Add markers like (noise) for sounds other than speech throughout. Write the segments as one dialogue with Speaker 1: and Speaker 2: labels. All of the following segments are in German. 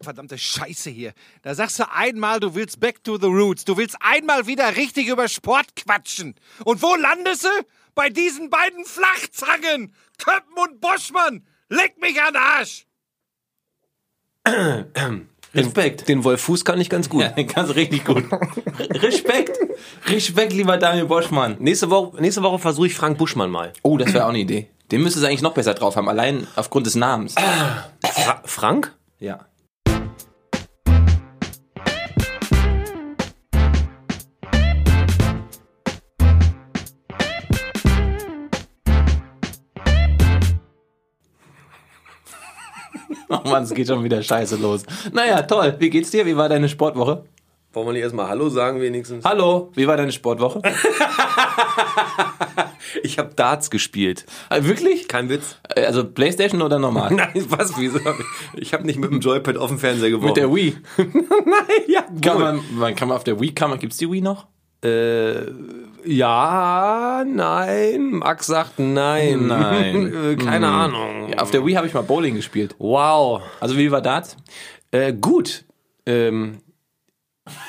Speaker 1: verdammte Scheiße hier. Da sagst du einmal, du willst back to the roots. Du willst einmal wieder richtig über Sport quatschen. Und wo landest du? Bei diesen beiden Flachzangen. Köppen und Boschmann. Leck mich an den Arsch.
Speaker 2: Respekt.
Speaker 3: Den Wolf Fuß kann ich ganz gut.
Speaker 2: Ja, den kannst du richtig
Speaker 3: (laughs)
Speaker 2: gut. Respekt. Respekt, lieber Daniel Boschmann.
Speaker 3: Nächste Woche, nächste Woche versuche ich Frank Buschmann mal.
Speaker 2: Oh, das wäre auch eine Idee. Den müsste es eigentlich noch besser drauf haben, allein aufgrund des Namens.
Speaker 3: Ah. Fra Frank?
Speaker 2: Ja. (laughs) Oh Mann, es geht schon wieder scheiße los. Naja, toll. Wie geht's dir? Wie war deine Sportwoche?
Speaker 3: Wollen wir nicht erstmal Hallo sagen wenigstens?
Speaker 2: Hallo, wie war deine Sportwoche?
Speaker 3: Ich habe Darts gespielt.
Speaker 2: Äh, Wirklich? (laughs)
Speaker 3: Kein Witz.
Speaker 2: Äh, Also Playstation oder normal?
Speaker 3: Nein, was? Wieso? Ich habe nicht mit dem Joypad auf dem Fernseher geworfen.
Speaker 2: Mit der Wii.
Speaker 3: (laughs) Nein, ja,
Speaker 2: Kann
Speaker 3: wohl.
Speaker 2: man, man kann man auf der Wii, kann man, gibt's die Wii noch?
Speaker 3: Ja, nein. Max sagt nein.
Speaker 2: Nein. Hm.
Speaker 3: Äh, Keine Ahnung.
Speaker 2: Ja, auf der Wii habe ich mal Bowling gespielt.
Speaker 3: Wow.
Speaker 2: Also wie war das?
Speaker 3: Äh, gut. Ähm,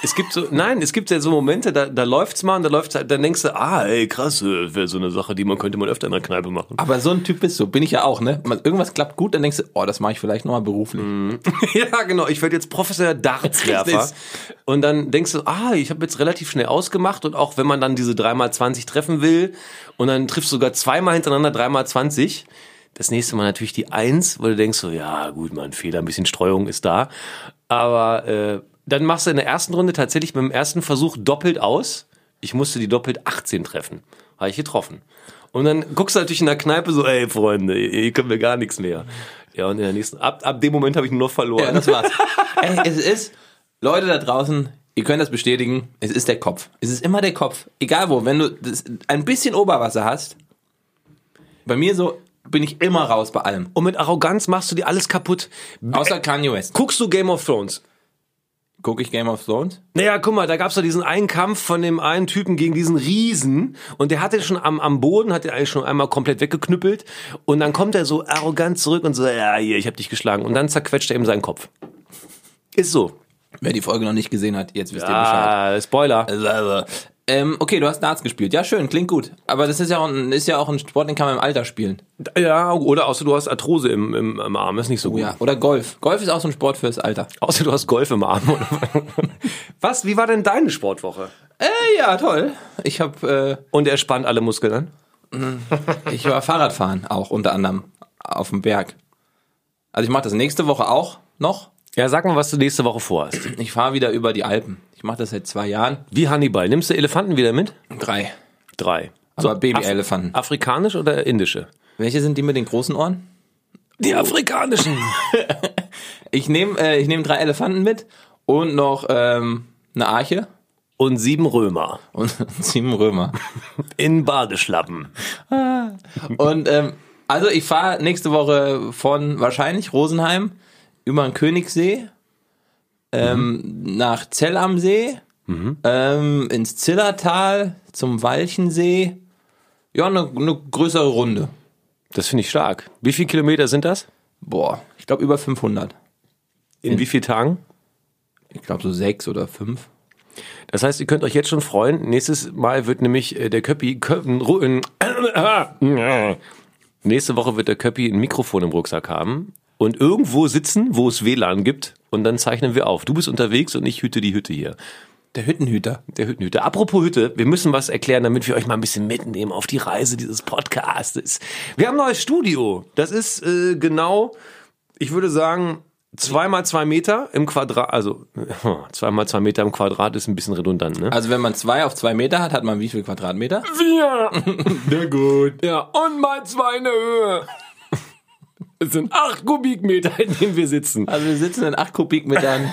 Speaker 3: es gibt so, nein, es gibt ja so Momente, da, da läuft's mal und da läuft's, halt- dann denkst du, ah, ey, krass, äh, wäre so eine Sache, die man könnte man öfter in der Kneipe machen.
Speaker 2: Aber so ein Typ bist du, bin ich ja auch, ne? Man- Irgendwas klappt gut, dann denkst du, oh, das mache ich vielleicht nochmal beruflich.
Speaker 3: (laughs) ja, genau. Ich werde jetzt professioneller Dartswerfer.
Speaker 2: Richtig.
Speaker 3: Und dann denkst du, ah, ich habe jetzt relativ schnell ausgemacht und auch wenn man dann diese 3x20 treffen will und dann triffst du sogar zweimal hintereinander 3x20, das nächste Mal natürlich die Eins, wo du denkst so, ja, gut, mal ein Fehler, ein bisschen Streuung ist da. Aber äh, dann machst du in der ersten Runde tatsächlich mit dem ersten Versuch doppelt aus. Ich musste die doppelt 18 treffen. Habe ich getroffen. Und dann guckst du natürlich in der Kneipe so, ey Freunde, ihr könnt mir gar nichts mehr. Ja, und in der nächsten, ab, ab dem Moment habe ich nur noch verloren.
Speaker 2: Ja, das war's. (laughs) Ey, es ist, Leute da draußen, ihr könnt das bestätigen, es ist der Kopf. Es ist immer der Kopf. Egal wo, wenn du das, ein bisschen Oberwasser hast, bei mir so bin ich immer raus bei allem.
Speaker 3: Und mit Arroganz machst du dir alles kaputt.
Speaker 2: Außer Kanye West.
Speaker 3: Guckst du Game of Thrones?
Speaker 2: Guck ich Game of Thrones?
Speaker 3: Naja, guck mal, da gab's doch diesen einen Kampf von dem einen Typen gegen diesen Riesen und der hat den schon am, am Boden, hat den eigentlich schon einmal komplett weggeknüppelt und dann kommt er so arrogant zurück und so, ja, hier, ich hab dich geschlagen und dann zerquetscht er ihm seinen Kopf. Ist so.
Speaker 2: Wer die Folge noch nicht gesehen hat, jetzt wisst ihr Bescheid.
Speaker 3: Ah, Spoiler.
Speaker 2: Also, ähm, okay, du hast Darts gespielt. Ja, schön, klingt gut. Aber das ist ja auch ein, ist ja auch ein Sport, den kann man im Alter spielen.
Speaker 3: Ja, oder außer du hast Arthrose im, im, im Arm, ist nicht so gut.
Speaker 2: Ja. Oder Golf. Golf ist auch so ein Sport fürs Alter.
Speaker 3: Außer du hast Golf im Arm. oder- (laughs) Was, wie war denn deine Sportwoche?
Speaker 2: Äh, ja, toll. Ich hab, äh,
Speaker 3: Und er spannt alle Muskeln an?
Speaker 2: ich war Fahrradfahren auch unter anderem auf dem Berg. Also ich mache das nächste Woche auch noch.
Speaker 3: Ja, sag mal, was du nächste Woche vorhast.
Speaker 2: Ich fahre wieder über die Alpen. Ich mache das seit zwei Jahren.
Speaker 3: Wie Hannibal, nimmst du Elefanten wieder mit?
Speaker 2: Drei.
Speaker 3: Drei.
Speaker 2: Aber
Speaker 3: Af-
Speaker 2: Also Babyelefanten.
Speaker 3: Afrikanisch oder indische?
Speaker 2: Welche sind die mit den großen Ohren?
Speaker 3: Die afrikanischen.
Speaker 2: Ich nehme äh, ich nehm drei Elefanten mit und noch ähm, eine Arche
Speaker 3: Und sieben Römer.
Speaker 2: und (laughs) sieben Römer.
Speaker 3: In Badeschlappen.
Speaker 2: Und ähm, also ich fahre nächste Woche von wahrscheinlich Rosenheim über den Königssee ähm, nach Zell am See, ähm, ins Zillertal, zum Walchensee. Ja, eine ne größere Runde.
Speaker 3: Das finde ich stark. Wie viele Kilometer sind das?
Speaker 2: Boah, ich glaube über 500.
Speaker 3: In, wie vielen Tagen?
Speaker 2: Ich glaube so sechs oder fünf.
Speaker 3: Das heißt, ihr könnt euch jetzt schon freuen. Nächstes Mal wird nämlich äh, der Köppi. Köppen, Ru- in- (coughs) Nächste Woche wird der Köppi ein Mikrofon im Rucksack haben und irgendwo sitzen, wo es WLAN gibt. Und dann zeichnen wir auf. Du bist unterwegs und ich hüte die Hütte hier.
Speaker 2: Der Hüttenhüter.
Speaker 3: Der Hüttenhüter. Apropos Hütte, wir müssen was erklären, damit wir euch mal ein bisschen mitnehmen auf die Reise dieses Podcastes. Wir haben ein neues Studio. Das ist äh, genau, ich würde sagen, zweimal zwei Meter im Quadrat. Also (laughs) zweimal zwei Meter im Quadrat ist ein bisschen redundant, ne?
Speaker 2: Also wenn man zwei auf zwei Meter hat, hat man wie viel Quadratmeter?
Speaker 3: (laughs) Vier. Na gut. Ja, und mal zwei in der Höhe. Es sind acht Kubikmeter, in denen wir sitzen.
Speaker 2: Also wir sitzen in acht (laughs) Kubikmetern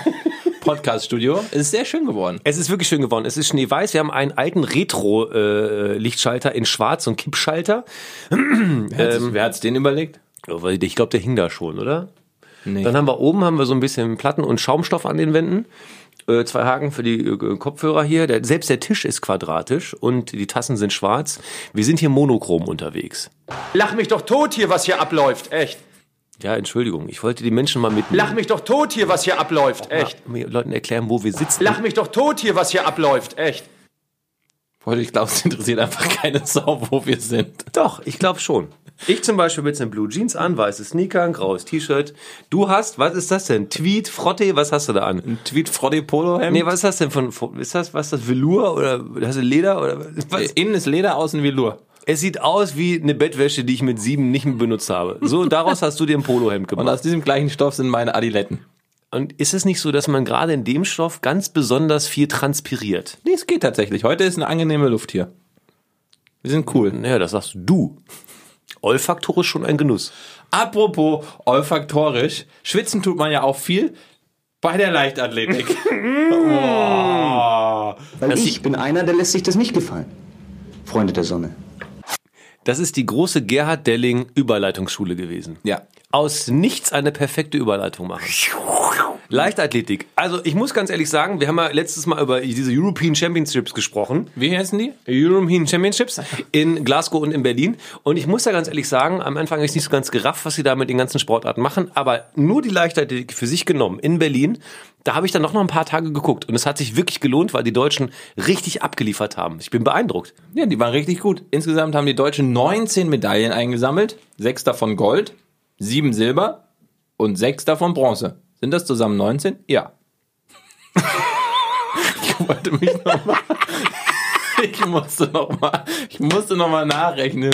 Speaker 2: Podcaststudio. Es ist sehr schön geworden.
Speaker 3: Es ist wirklich schön geworden. Es ist schneeweiß. Wir haben einen alten Retro-Lichtschalter in schwarz, so einen Kippschalter.
Speaker 2: Ähm, Wer hat's den überlegt?
Speaker 3: Ja, weil Ich glaube, der hing da schon, oder?
Speaker 2: Nee.
Speaker 3: Dann haben wir oben haben wir so ein bisschen Platten und Schaumstoff an den Wänden. Äh, Zwei Haken für die äh, Kopfhörer hier. Der, selbst der Tisch ist quadratisch und die Tassen sind schwarz. Wir sind hier monochrom unterwegs.
Speaker 4: Lach mich doch tot hier, was hier abläuft, echt.
Speaker 3: Ja, Entschuldigung, ich wollte die Menschen mal mitnehmen.
Speaker 4: Lach mich doch tot hier, was hier abläuft, echt.
Speaker 3: Mal Leuten erklären, wo wir sitzen.
Speaker 4: Lach mich doch tot hier, was hier abläuft, echt.
Speaker 2: Leute, ich glaube, es interessiert einfach keine Sau, wo wir sind.
Speaker 3: Doch, ich glaube schon. Ich zum Beispiel mit einem Blue Jeans an, weiße Sneaker, ein graues T-Shirt. Du hast, was ist das denn? Tweet, Frotte, was hast du da an?
Speaker 2: Tweet Frodde Polo Hemd.
Speaker 3: Nee, was ist das denn von, von- ist das, was ist das, Velour oder, hast du Leder oder was?
Speaker 2: Innen ist Leder, außen Velour.
Speaker 3: Es sieht aus wie eine Bettwäsche, die ich mit sieben nicht mehr benutzt habe. So, daraus hast du dir ein Polohemd
Speaker 2: Und
Speaker 3: gemacht.
Speaker 2: aus diesem gleichen Stoff sind meine Adiletten.
Speaker 3: Und ist es nicht so, dass man gerade in dem Stoff ganz besonders viel transpiriert?
Speaker 2: Nee, es geht tatsächlich. Heute ist eine angenehme Luft hier. Wir sind cool.
Speaker 3: Naja, das sagst du. Olfaktorisch schon ein Genuss.
Speaker 2: Apropos olfaktorisch, schwitzen tut man ja auch viel bei der
Speaker 3: (laughs)
Speaker 2: Leichtathletik.
Speaker 5: Weil ich bin einer, der lässt sich das nicht gefallen. Freunde der Sonne.
Speaker 3: Das ist die große Gerhard Delling Überleitungsschule gewesen.
Speaker 2: ja.
Speaker 3: Aus nichts eine perfekte Überleitung machen. Leichtathletik. Also ich muss ganz ehrlich sagen, wir haben ja letztes Mal über diese European Championships gesprochen.
Speaker 2: Wie heißen die?
Speaker 3: European Championships in Glasgow und in Berlin. Und ich muss da ganz ehrlich sagen, am Anfang habe ich nicht so ganz gerafft, was sie da mit den ganzen Sportarten machen. Aber nur die Leichtathletik für sich genommen in Berlin, da habe ich dann noch noch ein paar Tage geguckt. Und es hat sich wirklich gelohnt, weil die Deutschen richtig abgeliefert haben. Ich bin beeindruckt.
Speaker 2: Ja, die waren richtig gut. Insgesamt haben die Deutschen 19 Medaillen eingesammelt. Sechs davon Gold, sieben Silber und sechs davon Bronze. Sind das zusammen 19? Ja. (laughs) ich wollte mich nochmal. (laughs) Ich musste nochmal. Ich musste nochmal nachrechnen.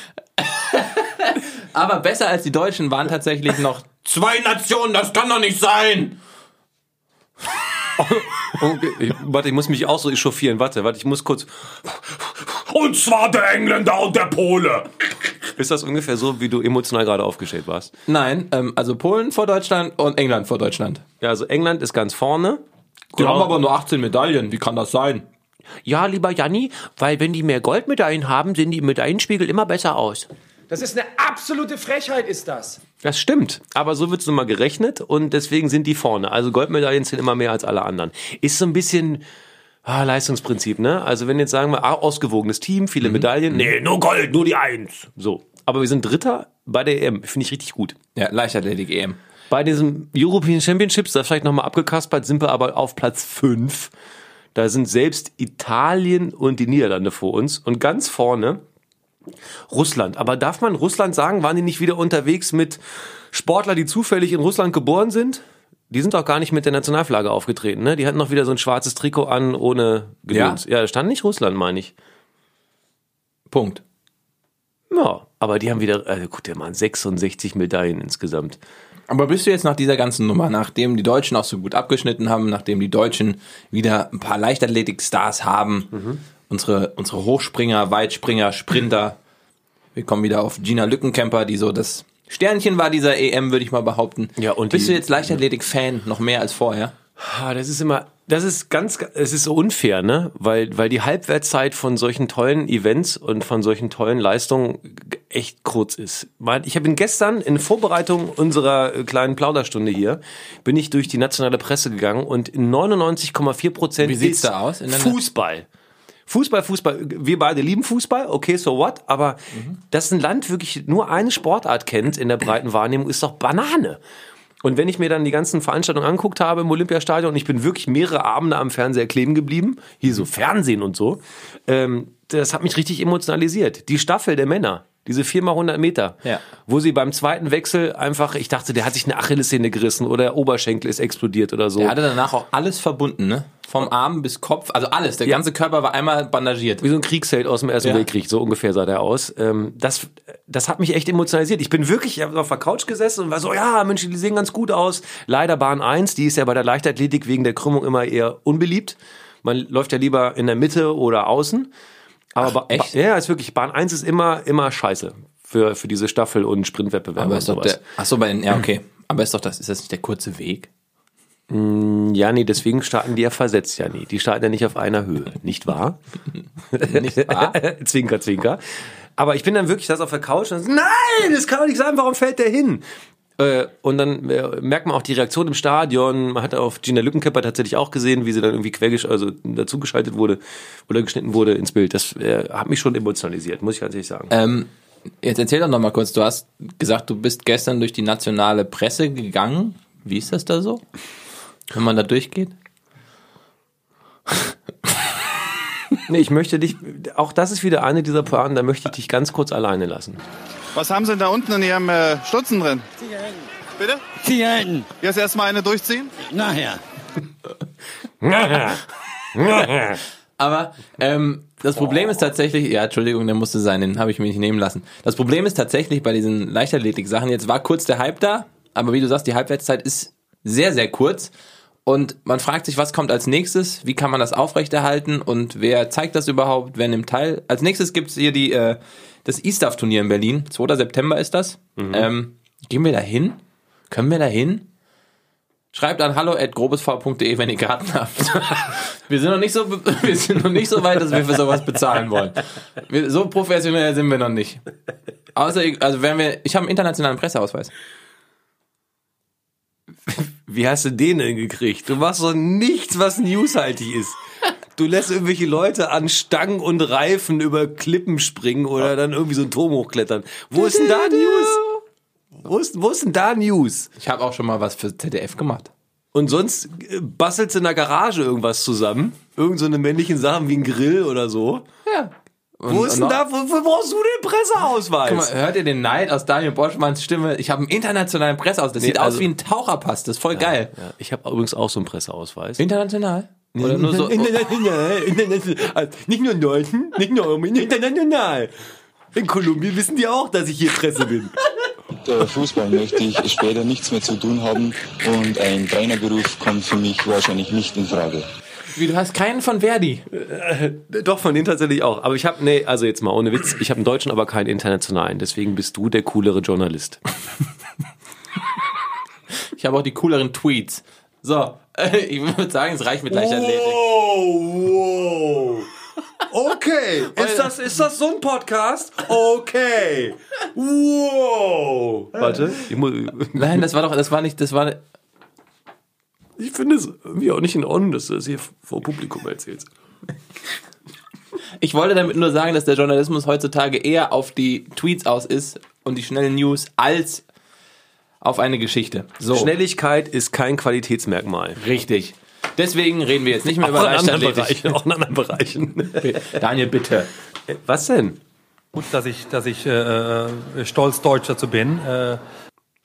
Speaker 2: (laughs) Aber besser als die Deutschen waren tatsächlich noch zwei Nationen. Das kann doch nicht sein!
Speaker 3: Okay. Ich, warte, ich muss mich auch so echauffieren. Warte, warte, ich muss kurz.
Speaker 6: Und zwar der Engländer und der Pole.
Speaker 3: Ist das ungefähr so, wie du emotional gerade aufgestellt warst?
Speaker 2: Nein, ähm, also Polen vor Deutschland und England vor Deutschland.
Speaker 3: Ja, also England ist ganz vorne.
Speaker 2: Die haben aber nur 18 Medaillen. Wie kann das sein?
Speaker 3: Ja, lieber Janni, weil wenn die mehr Goldmedaillen haben, sehen die im Medaillenspiegel immer besser aus.
Speaker 4: Das ist eine absolute Frechheit, ist das.
Speaker 3: Das stimmt, aber so wird's nun mal gerechnet und deswegen sind die vorne. Also Goldmedaillen sind immer mehr als alle anderen. Ist so ein bisschen ah, Leistungsprinzip, ne? Also wenn jetzt sagen wir, ah, ausgewogenes Team, viele Medaillen, nee,
Speaker 6: Nee, nur Gold, nur die Eins.
Speaker 3: so. Aber wir sind Dritter bei der EM, finde ich richtig gut.
Speaker 2: Ja, Leichtathletik EM.
Speaker 3: Bei diesem European Championships, da vielleicht nochmal abgekaspert, sind wir aber auf Platz 5. Da sind selbst Italien und die Niederlande vor uns. Und ganz vorne Russland. Aber darf man Russland sagen, waren die nicht wieder unterwegs mit Sportler, die zufällig in Russland geboren sind? Die sind auch gar nicht mit der Nationalflagge aufgetreten, ne? Die hatten noch wieder so ein schwarzes Trikot an, ohne Gedöns. Ja, da stand nicht Russland, meine ich.
Speaker 2: Punkt.
Speaker 3: Ja, aber die haben wieder, also guck dir mal, an, 66 Medaillen insgesamt.
Speaker 2: Aber bist du jetzt nach dieser ganzen Nummer, nachdem die Deutschen auch so gut abgeschnitten haben, nachdem die Deutschen wieder ein paar Leichtathletik-Stars haben, unsere, unsere Hochspringer, Weitspringer, Sprinter, wir kommen wieder auf Gina Lückenkämper, die so das Sternchen war dieser EM, würde ich mal behaupten.
Speaker 3: Ja, und
Speaker 2: bist
Speaker 3: die-
Speaker 2: du jetzt Leichtathletik-Fan noch mehr als vorher?
Speaker 3: Ah, das ist immer, das ist ganz, es ist so unfair, ne? Weil, weil die Halbwertszeit von solchen tollen Events und von solchen tollen Leistungen g- echt kurz ist. Mein- Ich bin gestern in Vorbereitung unserer äh, kleinen Plauderstunde hier, bin ich durch die nationale Presse gegangen und in 99,4 Prozent
Speaker 2: Wie sieht's
Speaker 3: ist
Speaker 2: da aus in der-
Speaker 3: Fußball. Fußball, Fußball, wir beide lieben Fußball, okay, so what, aber dass ein Land wirklich nur eine Sportart kennt in der breiten Wahrnehmung, ist doch Banane. Und wenn ich mir dann die ganzen Veranstaltungen angeguckt habe im Olympiastadion und ich bin wirklich mehrere Abende am Fernseher kleben geblieben, hier so Fernsehen und so, ähm, das hat mich richtig emotionalisiert. Die Staffel der Männer, diese 4x100 Meter,
Speaker 2: Ja.
Speaker 3: wo sie beim zweiten Wechsel einfach, ich dachte, der hat sich eine Achillessehne gerissen oder der Oberschenkel ist explodiert oder so.
Speaker 2: Er hatte danach auch alles verbunden, ne? Vom Arm bis Kopf, also alles, der ganze Körper war einmal bandagiert.
Speaker 3: wie so ein Kriegsheld aus dem Ersten
Speaker 2: Ja.
Speaker 3: Weltkrieg, so ungefähr sah der aus. Ähm, das, das hat mich echt emotionalisiert. Ich bin wirklich ich hab auf der Couch gesessen und war so, ja, Mensch, die sehen ganz gut aus. Leider Bahn 1, die ist ja bei der Leichtathletik wegen der Krümmung immer eher unbeliebt. Man läuft ja lieber in der Mitte oder außen. Aber Ach,
Speaker 2: echt?
Speaker 3: Ja, ist wirklich, Bahn 1 ist immer, immer scheiße für, für diese Staffel- und Sprintwettbewerbe
Speaker 2: Aber
Speaker 3: und
Speaker 2: ist doch
Speaker 3: sowas.
Speaker 2: der, ach so, bei den, ja, okay. Aber ist doch das, ist das nicht der kurze Weg?
Speaker 3: Ja, nee, deswegen starten die ja versetzt, ja nie. Die starten ja nicht auf einer Höhe, nicht wahr?
Speaker 2: Nicht
Speaker 3: (laughs)
Speaker 2: wahr?
Speaker 3: zwinker, zwinker. Aber ich bin dann wirklich das auf der Couch und so, nein, das kann doch nicht sein, warum fällt der hin? Äh, Und dann äh, merkt man auch die Reaktion im Stadion. Man hat auf Gina Lückenkäpper tatsächlich auch gesehen, wie sie dann irgendwie quergesch also dazugeschaltet wurde oder geschnitten wurde ins Bild. Das äh, hat mich schon emotionalisiert, muss ich ganz ehrlich sagen.
Speaker 2: Ähm, Jetzt erzähl doch nochmal kurz, du hast gesagt, du bist gestern durch die nationale Presse gegangen. Wie ist das da so? Wenn man da durchgeht?
Speaker 3: Nee, ich möchte dich, auch das ist wieder eine dieser Planen, da möchte ich dich ganz kurz alleine lassen.
Speaker 7: Was haben Sie denn da unten in Ihrem äh, Stutzen drin? Bitte?
Speaker 8: Zigaretten.
Speaker 7: Jetzt erstmal eine durchziehen?
Speaker 8: Nachher.
Speaker 2: Aber ähm, das Problem ist tatsächlich, ja, Entschuldigung, der musste sein, den habe ich mir nicht nehmen lassen. Das Problem ist tatsächlich bei diesen Leichtathletik-Sachen, jetzt war kurz der Hype da, aber wie du sagst, die Halbwertszeit ist sehr, sehr kurz. Und man fragt sich, was kommt als nächstes, wie kann man das aufrechterhalten und wer zeigt das überhaupt, wer nimmt teil. Als nächstes gibt's hier die, äh, das E-Staff-Turnier in Berlin, 2. September ist das. Ähm, gehen wir da hin? Können wir da hin? Schreibt an hallo.grobesv.de, wenn ihr Karten habt. Wir sind noch nicht so, (laughs) wir sind noch nicht so weit, dass wir für sowas bezahlen wollen. Wir, so professionell sind wir noch nicht. Außer, ich- also wenn wir, ich habe einen internationalen Presseausweis.
Speaker 3: Wie hast du den denn gekriegt? Du machst so nichts, was newshaltig ist. Du lässt irgendwelche Leute an Stangen und Reifen über Klippen springen oder dann irgendwie so einen Turm hochklettern. Wo ist denn da News? Wo ist, wo ist denn da News?
Speaker 2: Ich habe auch schon mal was für ZDF gemacht.
Speaker 3: Und sonst äh, bastelst du in der Garage irgendwas zusammen. Irgend so eine männlichen Sachen wie ein Grill oder so.
Speaker 2: Ja. Und,
Speaker 3: Wo ist denn
Speaker 2: und
Speaker 3: da, wo, wo brauchst du den Presseausweis?
Speaker 2: Guck mal, hört ihr den Neid aus Daniel Borschmanns Stimme? Ich habe einen internationalen Presseausweis. Das sieht
Speaker 3: also-
Speaker 2: aus wie ein Taucherpass. Das ist voll geil.
Speaker 3: Ja, ich habe übrigens auch so einen Presseausweis.
Speaker 2: International?
Speaker 3: Äh,
Speaker 2: Oder nur so.
Speaker 3: International, international. Also, Nicht nur in Deutschland, nicht nur um- international. In Kolumbien wissen die auch, dass ich hier Presse bin.
Speaker 9: Mit Fußball möchte ich später nichts mehr zu tun haben und ein Trainerberuf kommt für mich wahrscheinlich nicht in Frage.
Speaker 2: Wie, du hast keinen von Verdi.
Speaker 3: Äh, Doch, von denen tatsächlich auch. Aber ich habe, nee, also jetzt mal ohne Witz, ich habe einen deutschen, aber keinen internationalen. Deswegen bist du der coolere Journalist.
Speaker 2: Ich habe auch die cooleren Tweets. So, (laughs) ich würde sagen, es reicht mit Leichtathletik.
Speaker 3: Oh. wow. Okay. Ist das, ist das so ein Podcast? Okay. Wow. Warte, ich, muss,
Speaker 2: Nein, das war doch, das war nicht, das war.
Speaker 3: ich finde es irgendwie auch nicht in Ordnung, dass du das hier vor Publikum erzählst.
Speaker 2: Ich wollte damit nur sagen, dass der Journalismus heutzutage eher auf die Tweets aus ist und die schnellen News als auf eine Geschichte. So.
Speaker 3: Schnelligkeit ist kein Qualitätsmerkmal.
Speaker 2: Richtig. Deswegen reden wir jetzt nicht mehr über Leichtathletik.
Speaker 3: Bereichen, auch in anderen Bereichen.
Speaker 2: Daniel, bitte.
Speaker 3: Was denn?
Speaker 10: Gut, dass ich, dass ich äh, äh, stolz Deutsch dazu bin. Äh,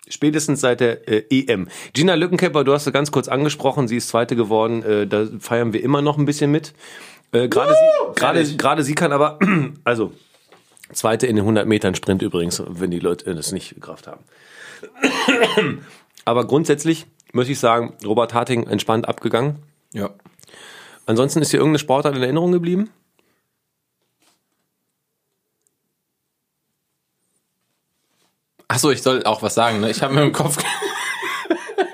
Speaker 3: Spätestens seit der äh, EM. Gina Lückenkäpper, du hast sie ganz kurz angesprochen, sie ist Zweite geworden, äh, da feiern wir immer noch ein bisschen mit. Äh, gerade sie, gerade, gerade sie kann aber, (clears throat) also Zweite in den 100 Metern Sprint übrigens, wenn die Leute äh, das nicht gekraft haben. (clears throat) aber grundsätzlich möchte ich sagen, Robert Harting entspannt abgegangen.
Speaker 2: Ja.
Speaker 3: Ansonsten ist dir irgendeine Sportart in Erinnerung geblieben?
Speaker 2: Achso, ich soll auch was sagen, ne? Ich habe mir im Kopf.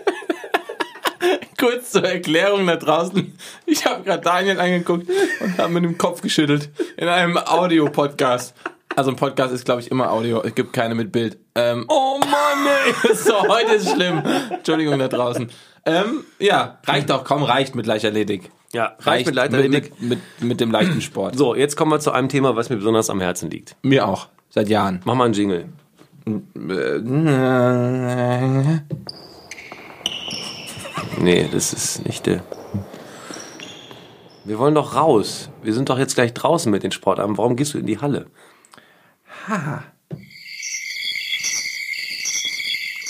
Speaker 2: (laughs) Kurz zur Erklärung da draußen. Ich habe gerade Daniel angeguckt und habe mit dem Kopf geschüttelt in einem Audio-Podcast. Also ein Podcast ist, glaube ich, immer Audio. Es gibt keine mit Bild. Ähm, oh Mann, ey. (laughs) So, heute ist schlimm. Entschuldigung da draußen. Ähm, ja, reicht doch. Komm, reicht mit Leichtathletik.
Speaker 3: Ja, reicht mit Leichtathletik.
Speaker 2: Mit, mit, mit, mit dem leichten Sport.
Speaker 3: So, jetzt kommen wir zu einem Thema, was mir besonders am Herzen liegt.
Speaker 2: Mir auch. Seit Jahren.
Speaker 3: (laughs) Mach mal einen Jingle. Nee, das ist nicht der. Wir wollen doch raus. Wir sind doch jetzt gleich draußen mit den Sportarten. Warum gehst du in die Halle? Ha.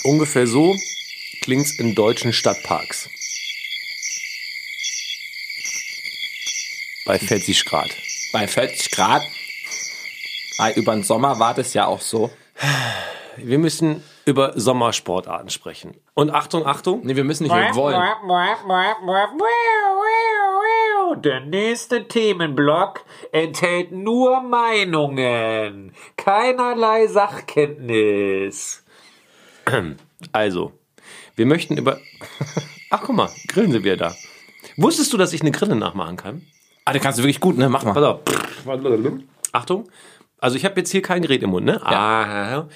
Speaker 3: Ungefähr so klingt's in deutschen Stadtparks. Bei 40 Grad.
Speaker 2: bei 40 Grad. Ah, Über den Sommer war das ja auch so.
Speaker 3: Wir müssen über Sommersportarten sprechen. Und Achtung, Achtung.
Speaker 2: Nee, wir müssen nicht, wir wollen.
Speaker 8: Der nächste Themenblock enthält nur Meinungen, keinerlei Sachkenntnis.
Speaker 3: (clears throat) Also, wir möchten über. Ach, guck mal, Grillen sind wir da. Wusstest du, dass ich eine Grille nachmachen kann?
Speaker 2: Ah, da kannst du wirklich gut, ne? Mach mal.
Speaker 3: Pass auf. Achtung. Also, ich habe jetzt hier kein Gerät im Mund, ne? Ah.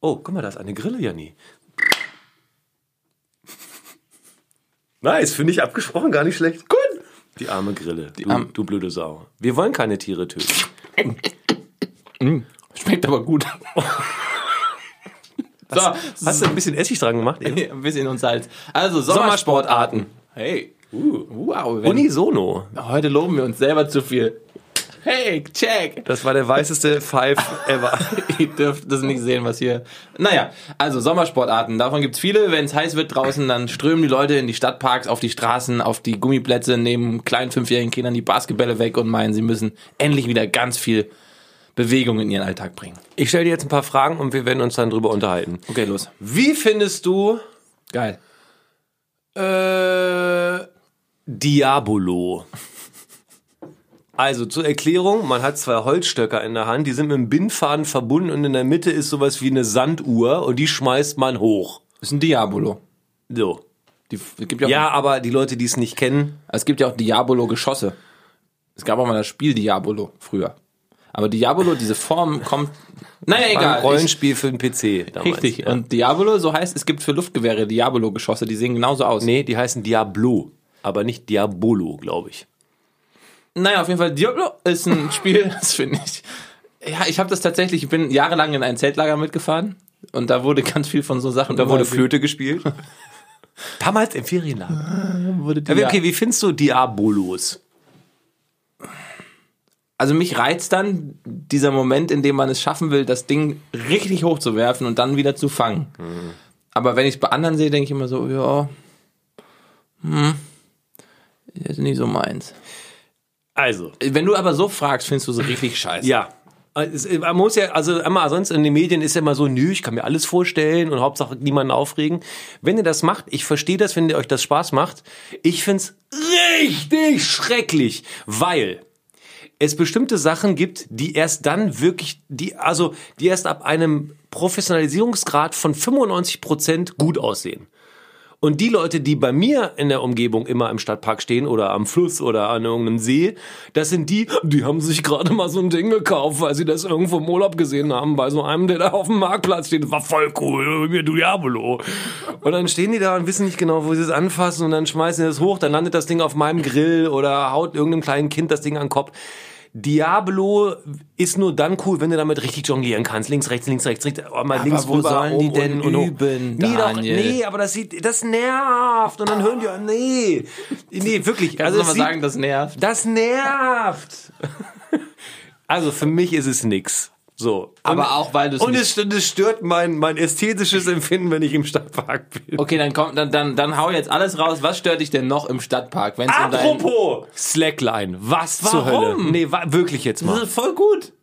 Speaker 3: Oh, guck mal, da ist eine Grille, Janni. Nice, finde ich abgesprochen gar nicht schlecht. Gut. Die arme Grille. Du, du blöde Sau. Wir wollen keine Tiere töten.
Speaker 2: Schmeckt aber gut. (laughs) so,
Speaker 3: Hast du ein bisschen Essig dran gemacht?
Speaker 2: (laughs)
Speaker 3: Eben?
Speaker 2: ein bisschen und Salz. Also Sommersportarten. Hey. Uh, wow. Wenn,
Speaker 3: Unisono.
Speaker 2: heute loben wir uns selber zu viel. Hey, check.
Speaker 3: Das war der weißeste Five ever.
Speaker 2: (laughs) Ihr dürft das nicht sehen, was hier. Naja, also Sommersportarten. Davon gibt's viele. Wenn es heiß wird draußen, dann strömen die Leute in die Stadtparks, auf die Straßen, auf die Gummiplätze, nehmen kleinen fünfjährigen Kindern die Basketbälle weg und meinen, sie müssen endlich wieder ganz viel Bewegung in ihren Alltag bringen.
Speaker 3: (laughs) Ich stelle dir jetzt ein paar Fragen und wir werden uns dann drüber unterhalten.
Speaker 2: Okay, los.
Speaker 3: Wie findest du
Speaker 2: Geil.
Speaker 3: äh, Diabolo? Also zur Erklärung, man hat zwei Holzstöcker in der Hand, die sind mit einem Bindfaden verbunden und in der Mitte ist sowas wie eine Sanduhr und die schmeißt man hoch.
Speaker 2: Ist ein Diabolo.
Speaker 3: So.
Speaker 2: Die, es, gibt ja auch,
Speaker 3: Ja, aber die Leute, die es nicht kennen,
Speaker 2: es gibt ja auch Diabolo-Geschosse. Es gab auch mal das Spiel Diabolo früher. Aber Diabolo, diese Form kommt. Naja,
Speaker 3: war ein
Speaker 2: egal. Ich-
Speaker 3: Rollenspiel für den PC damals.
Speaker 2: Richtig. Und Diabolo, so heißt, es gibt für Luftgewehre Diabolo-Geschosse, die sehen genauso aus.
Speaker 3: Nee, die heißen Diablo, aber nicht Diabolo, glaube ich.
Speaker 2: Naja, auf jeden Fall, Diablo ist (laughs) ein Spiel, das finde ich. Ja, ich habe das tatsächlich, ich bin jahrelang in ein Zeltlager mitgefahren und da wurde ganz viel von so Sachen.
Speaker 3: Da wurde
Speaker 2: Flöte.
Speaker 3: Flöte gespielt. Damals im Ferienlager.
Speaker 2: Äh, Wurde
Speaker 3: Ja,
Speaker 2: Dia-
Speaker 3: Okay, wie findest du Diabolos?
Speaker 2: Also mich reizt dann dieser Moment, in dem man es schaffen will, das Ding richtig hochzuwerfen und dann wieder zu fangen. Aber wenn ich es bei anderen sehe, denke ich immer so, ja, hm, ist nicht so meins.
Speaker 3: Also,
Speaker 2: Wenn du aber so fragst, findest du es richtig scheiße.
Speaker 3: ja. Es- Man muss ja, also immer, sonst in den Medien ist ja immer so, nö, ich kann mir alles vorstellen und Hauptsache niemanden aufregen. Wenn ihr das macht, ich verstehe das, wenn ihr euch das Spaß macht. Ich find's richtig schrecklich, weil es bestimmte Sachen gibt, die erst dann wirklich, die, also, die erst ab einem Professionalisierungsgrad von 95 Prozent gut aussehen. Und die Leute, die bei mir in der Umgebung immer im Stadtpark stehen oder am Fluss oder an irgendeinem See, das sind die, die haben sich gerade mal so ein Ding gekauft, weil sie das irgendwo im Urlaub gesehen haben, bei so einem, der da auf dem Marktplatz steht. Das war voll cool, mir Diabolo. Und dann stehen die da und wissen nicht genau, wo sie es anfassen und dann schmeißen sie das hoch, dann landet das Ding auf meinem Grill oder haut irgendeinem kleinen Kind das Ding an den Kopf. Diablo ist nur dann cool, wenn du damit richtig jonglieren kannst. Links, rechts, links, rechts, rechts. Mal links
Speaker 2: wo sollen die denn
Speaker 3: hoch.
Speaker 2: üben,
Speaker 3: nee, doch,
Speaker 2: Daniel?
Speaker 3: nee, aber das sieht, das nervt. Und dann hören die, oh, nee, nee, wirklich.
Speaker 2: Also
Speaker 3: Also
Speaker 2: nochmal
Speaker 3: es sieht,
Speaker 2: sagen, das nervt.
Speaker 3: das nervt. Also für mich ist es nix. So.
Speaker 2: Aber auch, weil du es
Speaker 3: Und
Speaker 2: nicht-
Speaker 3: es, und es stört mein, mein ästhetisches Empfinden, wenn ich im Stadtpark bin.
Speaker 2: Okay, dann komm, dann, dann, dann hau jetzt alles raus. Was stört dich denn noch im Stadtpark? Wenn's um dein-
Speaker 3: Apropos Slackline, was zur Hölle?
Speaker 2: Warum?
Speaker 3: Nee, wa wirklich jetzt
Speaker 2: Das
Speaker 3: mal.
Speaker 2: ist voll gut.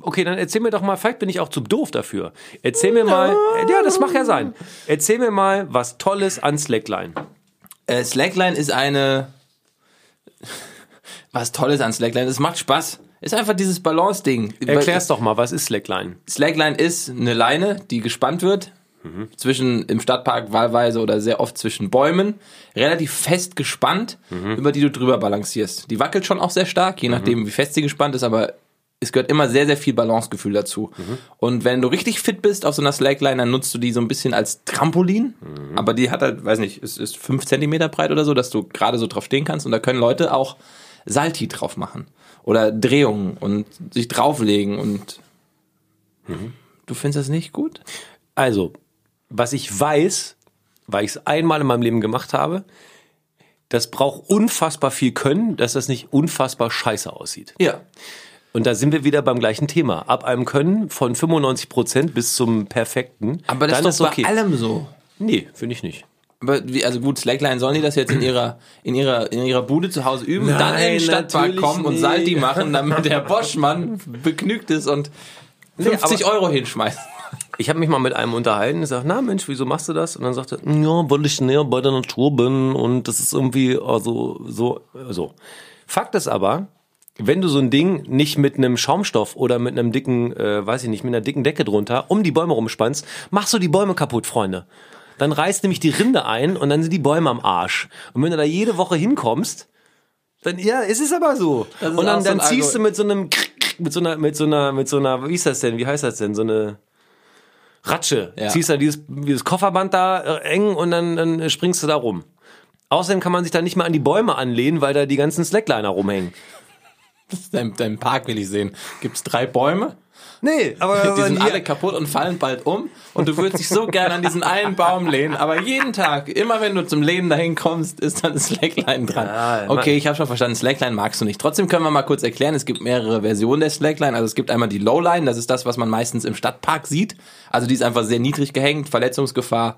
Speaker 3: Okay, dann erzähl mir doch mal, vielleicht bin ich auch zu doof dafür. Erzähl mir mal, ja, das mag ja sein. Erzähl mir mal was Tolles an Slackline.
Speaker 2: Äh, Slackline ist eine. (laughs) Was Tolles an Slackline. Es macht Spaß. Ist einfach dieses Balance-Ding.
Speaker 3: Erklär's doch mal, was ist Slackline?
Speaker 2: Slackline ist eine Leine, die gespannt wird. Zwischen im Stadtpark wahlweise oder sehr oft zwischen Bäumen, relativ fest gespannt, über die du drüber balancierst. Die wackelt schon auch sehr stark, je nachdem, wie fest sie gespannt ist, aber es gehört immer sehr, sehr viel Balancegefühl dazu. Und wenn du richtig fit bist auf so einer Slackline, dann nutzt du die so ein bisschen als Trampolin. Aber die hat halt, weiß nicht, ist, ist fünf Zentimeter breit oder so, dass du gerade so drauf stehen kannst. Und da können Leute auch Salti drauf machen. Oder Drehungen und sich drauflegen und Du findest das nicht gut?
Speaker 3: Also, was ich weiß, weil ich es einmal in meinem Leben gemacht habe, das braucht unfassbar viel Können, dass das nicht unfassbar scheiße aussieht.
Speaker 2: Ja.
Speaker 3: Und da sind wir wieder beim gleichen Thema. Ab einem Können von 95% bis zum Perfekten.
Speaker 2: Aber das
Speaker 3: dann
Speaker 2: ist doch bei allem so.
Speaker 3: Nee, finde ich nicht.
Speaker 2: Aber wie, also gut, Slackline sollen die das jetzt in ihrer, in ihrer, in ihrer Bude zu Hause üben, dann in den
Speaker 3: Nein,
Speaker 2: Stadtpark
Speaker 3: natürlich
Speaker 2: kommen und
Speaker 3: nicht.
Speaker 2: Salti machen, damit der Boschmann begnügt ist und 50
Speaker 3: aber-
Speaker 2: Euro hinschmeißt. (laughs)
Speaker 3: Ich habe mich mal mit einem unterhalten und gesagt, na Mensch, wieso machst du das? Und dann sagte, er, ja, weil ich näher bei der Natur bin und das ist irgendwie also so so. Fakt ist aber, wenn du so ein Ding nicht mit einem Schaumstoff oder mit einem dicken, äh, weiß ich nicht, mit einer dicken Decke drunter um die Bäume rumspannst, machst du die Bäume kaputt, Freunde. Dann reißt nämlich die Rinde ein und dann sind die Bäume am Arsch. Und wenn du da jede Woche hinkommst, dann ja, es ist aber so.
Speaker 2: ist
Speaker 3: Und
Speaker 2: auch
Speaker 3: dann,
Speaker 2: so ein
Speaker 3: dann ziehst
Speaker 2: Algo-
Speaker 3: du mit so einem Krick, Krick, mit so einer mit so einer mit so einer wie ist das denn? Wie heißt das denn? So eine Ratsche.
Speaker 2: Ja.
Speaker 3: Ziehst dann dieses, dieses Kofferband da äh, eng und dann, dann springst du da rum. Außerdem kann man sich da nicht mehr an die Bäume anlehnen, weil da die ganzen Slackliner rumhängen.
Speaker 2: Dein, dein Park will ich sehen. Gibt's drei Bäume?
Speaker 3: Nee, aber
Speaker 2: die
Speaker 3: wenn
Speaker 2: sind
Speaker 3: hier-
Speaker 2: alle kaputt und fallen bald um. Und du würdest dich so gerne an diesen einen Baum lehnen. Aber jeden Tag, immer wenn du zum Leben dahin kommst, ist dann ein Slackline dran.
Speaker 3: Ja,
Speaker 2: okay, ich habe schon verstanden, Slackline magst du nicht. Trotzdem können wir mal kurz erklären, es gibt mehrere Versionen der Slackline. Also es gibt einmal die Lowline, das ist das, was man meistens im Stadtpark sieht. Also die ist einfach sehr niedrig gehängt, Verletzungsgefahr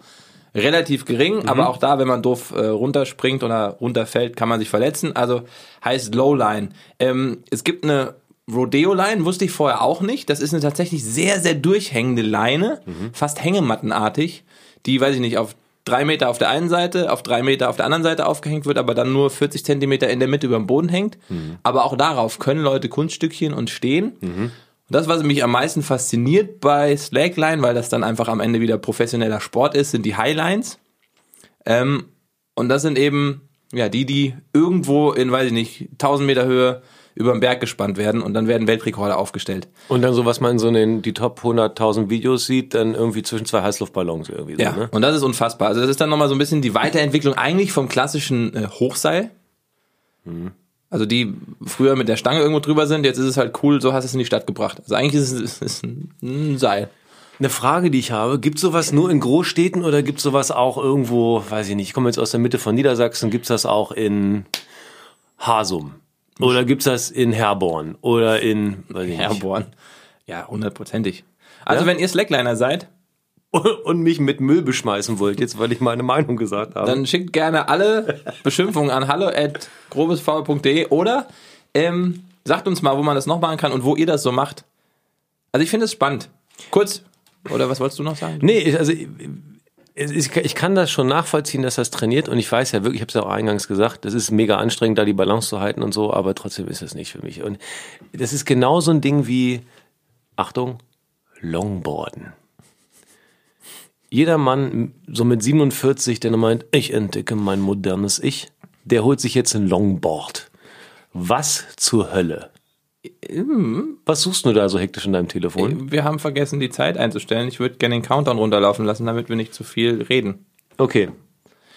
Speaker 2: relativ gering, aber auch da, wenn man doof äh, runterspringt oder runterfällt, kann man sich verletzen. Also heißt Lowline. Ähm, es gibt eine Rodeo-Line, wusste ich vorher auch nicht. Das ist eine tatsächlich sehr, sehr durchhängende Leine, fast hängemattenartig, die, weiß ich nicht, auf drei Meter auf der einen Seite, auf drei Meter auf der anderen Seite aufgehängt wird, aber dann nur 40 Zentimeter in der Mitte über dem Boden hängt. Aber auch darauf können Leute Kunststückchen und stehen. Und das, was mich am meisten fasziniert bei Slackline, weil das dann einfach am Ende wieder professioneller Sport ist, sind die Highlines. Ähm, und das sind eben, ja, die, die irgendwo in, weiß ich nicht, 1000 Meter Höhe über den Berg gespannt werden und dann werden Weltrekorde aufgestellt.
Speaker 3: Und dann so, was man in so in den, die Top 100.000 Videos sieht, dann irgendwie zwischen zwei Heißluftballons irgendwie.
Speaker 2: Ja,
Speaker 3: So, ne?
Speaker 2: und das ist unfassbar. Also das ist dann nochmal so ein bisschen die Weiterentwicklung eigentlich vom klassischen äh, Hochseil. Also die früher mit der Stange irgendwo drüber sind, jetzt ist es halt cool, so hast du es in die Stadt gebracht. Also eigentlich ist es, es ist ein, ein Seil.
Speaker 3: Eine Frage, die ich habe, gibt sowas nur in Großstädten oder gibt sowas auch irgendwo, weiß ich nicht, ich komme jetzt aus der Mitte von Niedersachsen, gibt's das auch in Hasum? Oder gibt's das in Herborn? Oder in, weiß ich nicht.
Speaker 2: Airborne. Ja, hundertprozentig. Also wenn ihr Slackliner seid,
Speaker 3: Und mich mit Müll beschmeißen wollt, jetzt weil ich meine Meinung gesagt habe.
Speaker 2: dann schickt gerne (laughs) alle Beschimpfungen an hallo at grobesv.de oder ähm, sagt uns mal, wo man das noch machen kann und wo ihr das so macht. Also ich finde es spannend. Kurz, oder was wolltest du noch sagen?
Speaker 3: Nee, ich- also ich- es ist- ich kann das schon nachvollziehen, dass das trainiert und ich weiß ja wirklich, ich habe es ja auch eingangs gesagt, das ist mega anstrengend, da die Balance zu halten und so, aber trotzdem ist das nicht für mich. Und das ist genau so ein Ding wie, Achtung, Longboarden. Jeder Mann, so mit 47, der noch meint, ich entdecke mein modernes Ich, der holt sich jetzt ein Longboard. Was zur Hölle? Was suchst du da so hektisch in deinem Telefon?
Speaker 2: Wir haben vergessen, die Zeit einzustellen. Ich würde gerne den Countdown runterlaufen lassen, damit wir nicht zu viel reden.
Speaker 3: Okay.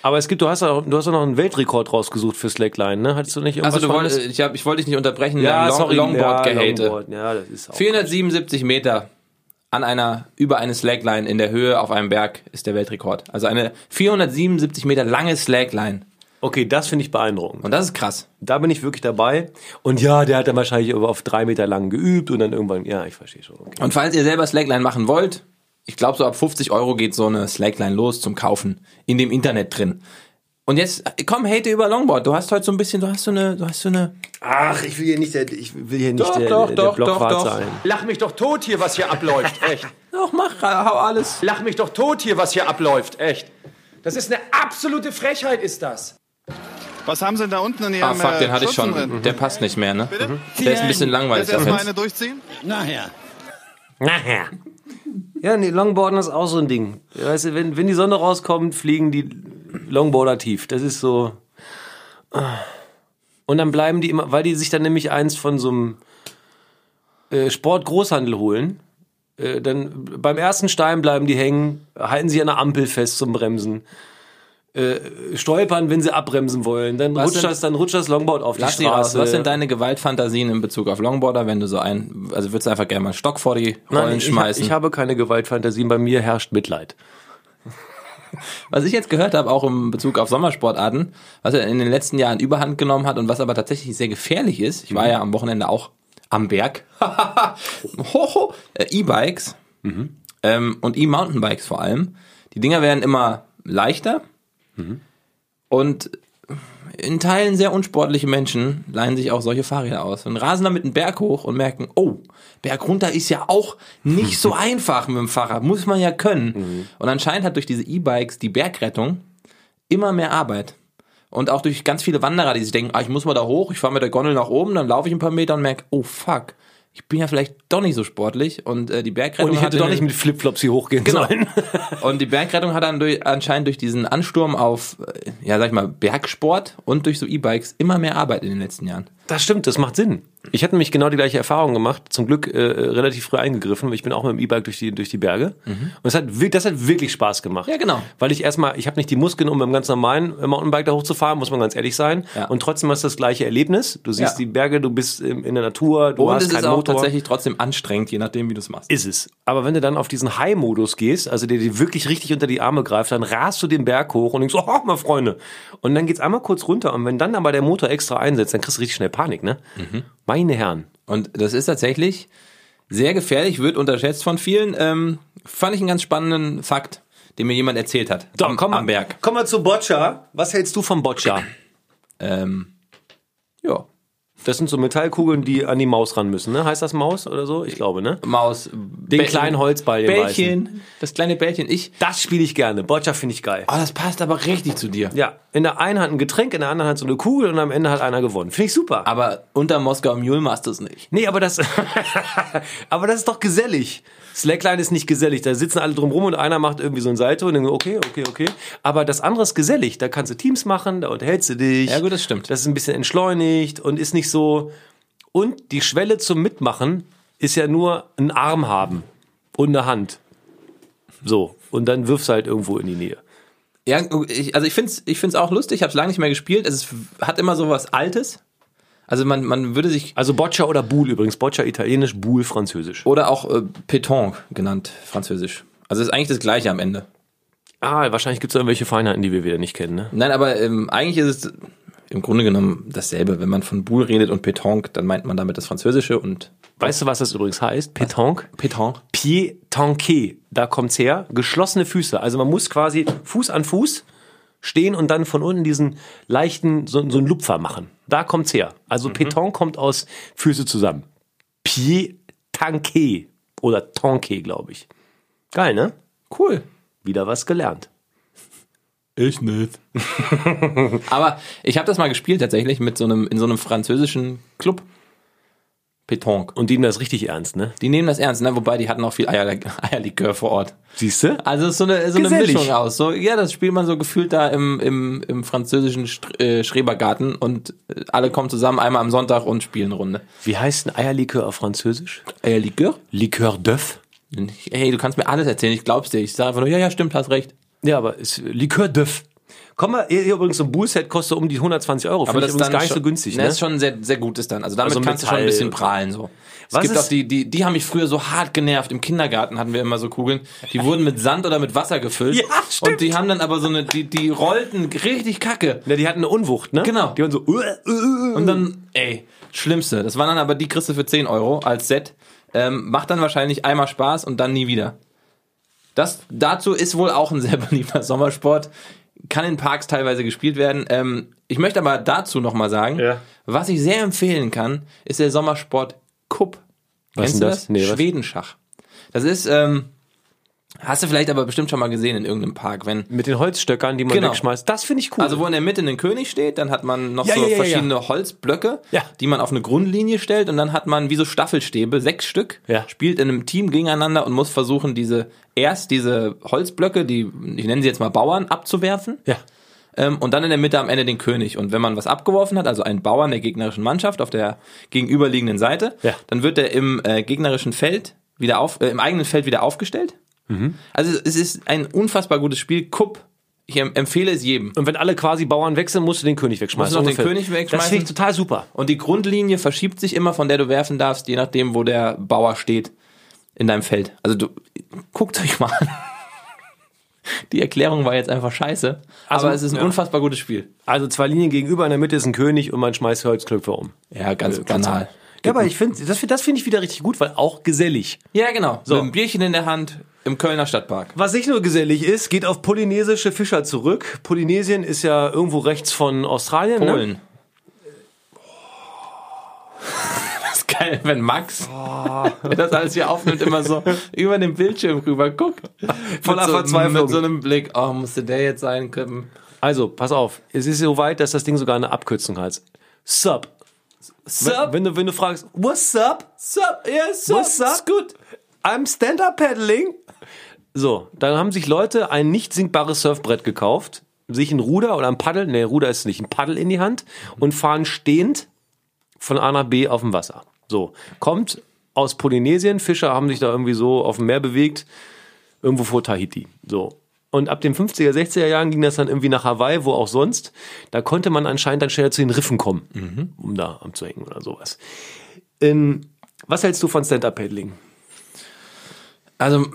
Speaker 3: Aber es gibt, du hast ja auch, du hast ja noch einen Weltrekord rausgesucht für Slackline, ne? Hattest du nicht irgendwas?
Speaker 2: Also du
Speaker 3: von- Äh,
Speaker 2: wolltest, ich, hab, ich wollte dich nicht unterbrechen.
Speaker 3: ja,
Speaker 2: dein Long,
Speaker 3: sorry,
Speaker 2: Longboard
Speaker 3: ja,
Speaker 2: gehate.
Speaker 3: Longboard. Ja, das ist auch.
Speaker 2: 477 Meter an einer, über eine Slackline in der Höhe auf einem Berg ist der Weltrekord. Also eine 477 Meter lange Slackline.
Speaker 3: Okay, das finde ich beeindruckend.
Speaker 2: Und das ist krass.
Speaker 3: Da bin ich wirklich dabei. Und ja, der hat dann wahrscheinlich aber auf drei Meter lang geübt und dann irgendwann, ja, ich verstehe schon. Okay.
Speaker 2: Und falls ihr selber Slackline machen wollt, ich glaube so ab 50 Euro geht so eine Slackline los zum Kaufen in dem Internet drin. Und jetzt komm, hate über Longboard. Du hast heute so ein bisschen, du hast so eine, du hast so eine.
Speaker 3: Ach, ich will hier nicht der, ich will hier nicht
Speaker 2: Doch,
Speaker 3: der,
Speaker 2: doch,
Speaker 3: der
Speaker 2: doch,
Speaker 3: Blockwart
Speaker 2: doch, doch.
Speaker 3: sein.
Speaker 4: Lach mich doch tot hier, was hier (laughs) abläuft, echt.
Speaker 2: Doch, mach, hau alles.
Speaker 4: Lach mich doch tot hier, was hier abläuft, echt. Das ist eine absolute Frechheit, ist das.
Speaker 7: Was haben Sie denn da unten in Ihrem
Speaker 2: Ah, fuck, den
Speaker 7: äh,
Speaker 2: hatte ich
Speaker 7: Schürzen
Speaker 2: schon.
Speaker 7: Drin?
Speaker 2: Der passt nicht mehr, ne?
Speaker 7: Bitte?
Speaker 2: Der ist ein bisschen langweilig.
Speaker 7: Jetzt
Speaker 2: Das
Speaker 7: erstmal
Speaker 2: jetzt.
Speaker 7: eine durchziehen?
Speaker 8: Nachher.
Speaker 3: Nachher. Ja, nee, Longboarden ist auch so ein Ding. Weißt du, wenn, wenn die Sonne rauskommt, fliegen die Longboarder tief. Das ist so. Und dann bleiben die immer, weil die sich dann nämlich eins von so einem äh, Sportgroßhandel holen. Äh, dann beim ersten Stein bleiben die hängen, halten sie an der Ampel fest zum Bremsen. Äh, stolpern, wenn sie abbremsen wollen. Dann rutscht,
Speaker 2: sind-
Speaker 3: das, dann rutscht das Longboard auf
Speaker 2: Lass
Speaker 3: die
Speaker 2: die raus.
Speaker 3: Straße.
Speaker 2: Was sind deine Gewaltfantasien in Bezug auf Longboarder, wenn du so ein, also würdest du einfach gerne mal einen Stock vor die Rollen
Speaker 3: Nein, ich,
Speaker 2: schmeißen?
Speaker 3: ich habe keine Gewaltfantasien, bei mir herrscht Mitleid.
Speaker 2: Was ich jetzt gehört habe, auch im Bezug auf Sommersportarten, was er in den letzten Jahren überhand genommen hat und was aber tatsächlich sehr gefährlich ist, ich
Speaker 3: Mhm.
Speaker 2: war ja am Wochenende auch am Berg, (laughs) Hoho. Äh, E-Bikes ähm, und E-Mountainbikes vor allem. Die Dinger werden immer leichter und in Teilen sehr unsportliche Menschen leihen sich auch solche Fahrräder aus und rasen damit einen Berg hoch und merken, oh, Berg runter ist ja auch nicht
Speaker 3: (laughs)
Speaker 2: so einfach mit dem Fahrrad, muss man ja können.
Speaker 3: Mhm.
Speaker 2: Und anscheinend hat durch diese E-Bikes die Bergrettung immer mehr Arbeit. Und auch durch ganz viele Wanderer, die sich denken, ah, ich muss mal da hoch, ich fahre mit der Gondel nach oben, dann laufe ich ein paar Meter und merke, oh fuck, ich bin ja vielleicht doch nicht so sportlich und äh, die Bergrettung
Speaker 3: Und ich
Speaker 2: hat
Speaker 3: hätte
Speaker 2: in
Speaker 3: doch
Speaker 2: den-
Speaker 3: nicht mit Flipflops hier hochgehen (laughs) sollen.
Speaker 2: Genau. (laughs) und die Bergrettung hat dann durch, anscheinend durch diesen Ansturm auf, äh, ja, sag ich mal, Bergsport und durch so E-Bikes immer mehr Arbeit in den letzten Jahren.
Speaker 3: Das stimmt, das macht Sinn. Ich hatte nämlich genau die gleiche Erfahrung gemacht. Zum Glück äh, relativ früh eingegriffen, weil ich bin auch mit dem E-Bike durch die, durch die Berge. Und es hat, wir- das hat wirklich Spaß gemacht.
Speaker 2: Ja, genau.
Speaker 3: Weil ich erstmal, ich habe nicht die Muskeln, um beim ganz normalen äh, Mountainbike da hochzufahren, muss man ganz ehrlich sein.
Speaker 2: Ja.
Speaker 3: Und trotzdem hast du das gleiche Erlebnis. Du siehst
Speaker 2: Ja.
Speaker 3: die Berge, du bist ähm, in der Natur, du
Speaker 2: Und
Speaker 3: hast
Speaker 2: es
Speaker 3: keinen
Speaker 2: ist auch
Speaker 3: Motor.
Speaker 2: tatsächlich trotzdem anstrengend, je nachdem, wie du es machst.
Speaker 3: Ist es. Aber wenn du dann auf diesen High-Modus gehst, also der dir wirklich richtig unter die Arme greift, dann rast du den Berg hoch und denkst, oh, meine Freunde. Und dann geht's einmal kurz runter. Und wenn dann aber der Motor extra einsetzt, dann kriegst du richtig schnell Panik, ne?
Speaker 2: Mhm.
Speaker 3: Meine Herren.
Speaker 2: Und das ist tatsächlich sehr gefährlich, wird unterschätzt von vielen. Ähm, fand ich einen ganz spannenden Fakt, den mir jemand erzählt hat.
Speaker 3: So,
Speaker 2: am,
Speaker 3: komm mal-
Speaker 2: am Berg.
Speaker 3: Komm mal zu Boccia. Was hältst du von Boccia?
Speaker 2: Ähm, ja,
Speaker 3: Das sind so Metallkugeln, die an die Maus ran müssen, ne? Heißt das Maus oder so? Ich glaube, ne?
Speaker 2: Maus. Den
Speaker 3: kleinen Holzball, den
Speaker 2: Bällchen. Das kleine Bällchen. Ich.
Speaker 3: Das spiele ich gerne. Boccia finde ich geil.
Speaker 2: Oh, das passt aber richtig zu dir.
Speaker 3: Ja, in der einen Hand ein Getränk, in der anderen Hand so eine Kugel und am Ende hat einer gewonnen. Finde ich super.
Speaker 2: Aber unter Moskau Mule machst du es nicht.
Speaker 3: Nee, aber das, (laughs) aber das ist doch gesellig. Slackline ist nicht gesellig. Da sitzen alle drum rum und einer macht irgendwie so ein Salto und dann okay, okay, okay. Aber das andere ist gesellig. Da kannst du Teams machen, da unterhältst du dich.
Speaker 2: Ja, gut, das stimmt.
Speaker 3: Das ist ein bisschen entschleunigt und ist nicht so. Und die Schwelle zum Mitmachen ist ja nur ein Arm haben und eine Hand. So. Und dann wirfst du halt irgendwo in die Nähe.
Speaker 2: Ja, ich, also ich find's, ich find's auch lustig. Ich habe es lange nicht mehr gespielt. Es ist, hat immer so was Altes. Also man, man würde sich
Speaker 3: Also Boccia oder Boule übrigens. Boccia italienisch, Boule französisch.
Speaker 2: oder auch äh, Pétanque genannt, französisch. Also ist eigentlich das Gleiche am Ende.
Speaker 3: Ah, wahrscheinlich gibt's da irgendwelche Feinheiten, die wir wieder nicht kennen, ne?
Speaker 2: Nein, aber ähm, eigentlich ist es im Grunde genommen dasselbe. Wenn man von Boule redet und Pétanque, dann meint man damit das Französische und
Speaker 3: Weißt du, was das übrigens heißt? Petanque?
Speaker 2: Pétanque.
Speaker 3: Pied tanqué, da kommt's her, geschlossene Füße. Also man muss quasi Fuß an Fuß stehen und dann von unten diesen leichten, so, so einen Lupfer machen. Da kommt's her.
Speaker 2: Mhm.
Speaker 3: Also Petanque kommt aus Füße zusammen. Pied tanqué oder tanqué, glaube ich. Geil, ne?
Speaker 2: Cool.
Speaker 3: Wieder was gelernt.
Speaker 2: Ich nicht. (laughs) aber ich habe das mal gespielt tatsächlich mit so einem in so einem französischen Club. Pétanque.
Speaker 3: Und die nehmen das richtig ernst, ne?
Speaker 2: Die nehmen das ernst, ne? Wobei die hatten auch viel Eier, Eierlikör vor Ort.
Speaker 3: Siehst du?
Speaker 2: Also es ist so eine, so eine
Speaker 3: Gesellig.
Speaker 2: Mischung aus. So, ja, das spielt man so gefühlt da im, im, im französischen Str- äh, Schrebergarten und äh, alle kommen zusammen einmal am Sonntag und spielen eine Runde.
Speaker 3: Wie heißt ein Eierlikör auf Französisch?
Speaker 2: Eierlikör?
Speaker 3: Likör d'œuf.
Speaker 2: Hey, du kannst mir alles erzählen, ich glaub's dir. Ich sage einfach nur, ja, ja, stimmt, hast recht.
Speaker 3: Ja, aber ist Likör d'œuf. Komm mal, hier übrigens so ein Bullset kostet um die 120 Euro. Finde ich übrigens gar nicht so günstig,
Speaker 2: ne?
Speaker 3: ne?
Speaker 2: Das ist schon ein sehr, sehr gutes dann. Also damit
Speaker 3: Also
Speaker 2: kannst du schon ein
Speaker 3: Metall-
Speaker 2: bisschen prahlen so. Es
Speaker 3: Was
Speaker 2: gibt
Speaker 3: ist-
Speaker 2: auch die, die, die haben mich früher so hart genervt. Im Kindergarten hatten wir immer so Kugeln. Die wurden mit Sand oder mit Wasser gefüllt.
Speaker 3: Ja, stimmt.
Speaker 2: Und die haben dann aber so eine, die, die rollten richtig kacke.
Speaker 3: Ja, die hatten eine Unwucht, ne?
Speaker 2: Genau.
Speaker 3: Die waren so.
Speaker 2: Und dann, ey, Schlimmste. Das waren dann aber die kriegst du für 10 Euro als Set. Ähm, macht dann wahrscheinlich einmal Spaß und dann nie wieder. Das, dazu ist wohl auch ein sehr (laughs) beliebter Sommersport. Kann in Parks teilweise gespielt werden. Ähm, ich möchte aber dazu nochmal sagen,
Speaker 3: Ja.
Speaker 2: was ich sehr empfehlen kann, ist der Sommersport Kupp.
Speaker 3: Was
Speaker 2: Kennst
Speaker 3: denn
Speaker 2: du
Speaker 3: das?
Speaker 2: das?
Speaker 3: Nee, was?
Speaker 2: Schwedenschach. Das ist, ähm, hast du vielleicht aber bestimmt schon mal gesehen in irgendeinem Park, wenn
Speaker 3: Mit den Holzstöckern, die man
Speaker 2: Genau.
Speaker 3: wegschmeißt. Das finde ich cool.
Speaker 2: also wo in der Mitte ein König steht, dann hat man noch
Speaker 3: Ja,
Speaker 2: so
Speaker 3: ja, ja,
Speaker 2: verschiedene Holzblöcke,
Speaker 3: Ja.
Speaker 2: die man auf eine Grundlinie stellt und dann hat man wie so Staffelstäbe, sechs Stück,
Speaker 3: Ja.
Speaker 2: spielt in einem Team gegeneinander und muss versuchen, diese erst diese Holzblöcke, die ich nenne sie jetzt mal Bauern, abzuwerfen
Speaker 3: ja.
Speaker 2: ähm, und dann in der Mitte am Ende den König. Und wenn man was abgeworfen hat, also einen Bauern der gegnerischen Mannschaft auf der gegenüberliegenden Seite,
Speaker 3: Ja.
Speaker 2: dann wird er im äh, gegnerischen Feld wieder auf, äh, im eigenen Feld wieder aufgestellt.
Speaker 3: Mhm.
Speaker 2: Also es ist ein unfassbar gutes Spiel. Kupp, ich em- empfehle es jedem.
Speaker 3: Und wenn alle quasi Bauern wechseln, musst du den König wegschmeißen.
Speaker 2: Musst du noch den
Speaker 3: Ungefähr.
Speaker 2: König wegschmeißen?
Speaker 3: Das finde ich total super.
Speaker 2: Und die Grundlinie verschiebt sich immer, von der du werfen darfst, je nachdem, wo der Bauer steht in deinem Feld. Also du guckt euch mal an. (laughs) Die Erklärung war jetzt einfach scheiße, aber es ist ein unfassbar gutes Spiel.
Speaker 3: Also zwei Linien gegenüber, in der Mitte ist ein König und man schmeißt Holzklöpfe um.
Speaker 2: Ja, ganz banal.
Speaker 3: Ja, aber ich finde, das, find- das finde ich wieder richtig gut, weil auch gesellig.
Speaker 2: Ja, genau. So. Mit einem Bierchen in der Hand im Kölner Stadtpark.
Speaker 3: Was nicht nur gesellig ist, geht auf polynesische Fischer zurück. Polynesien ist ja irgendwo rechts von Australien. Ne?
Speaker 2: Polen. Das ist geil, (laughs) wenn Max, (laughs) wenn das alles hier aufnimmt, immer so über den Bildschirm rüber guckt.
Speaker 3: Voller
Speaker 2: mit so,
Speaker 3: Verzweiflung.
Speaker 2: Mit so einem Blick, oh, musste der jetzt sein können.
Speaker 3: Also, pass auf. Es ist so weit, dass das Ding sogar eine Abkürzung hat. Sup.
Speaker 2: Sup?
Speaker 3: Wenn du, wenn du fragst, what's up?
Speaker 2: Sup, yeah, sup,
Speaker 3: What's up?
Speaker 2: ist gut.
Speaker 3: I'm Stand-Up-Paddling. So, dann haben sich Leute ein nicht sinkbares Surfbrett gekauft, sich ein Ruder oder ein Paddel, nee, Ruder ist es nicht, ein Paddel in die Hand und fahren stehend von A nach B auf dem Wasser. So, kommt aus Polynesien, Fischer haben sich da irgendwie so auf dem Meer bewegt, irgendwo vor Tahiti. So. Und ab den 50er, 60er Jahren ging das dann irgendwie nach Hawaii, wo auch sonst. Da konnte man anscheinend dann schneller zu den Riffen kommen, um da anzuhängen oder sowas. Ähm, was hältst du von Stand-Up-Paddling?
Speaker 2: Also,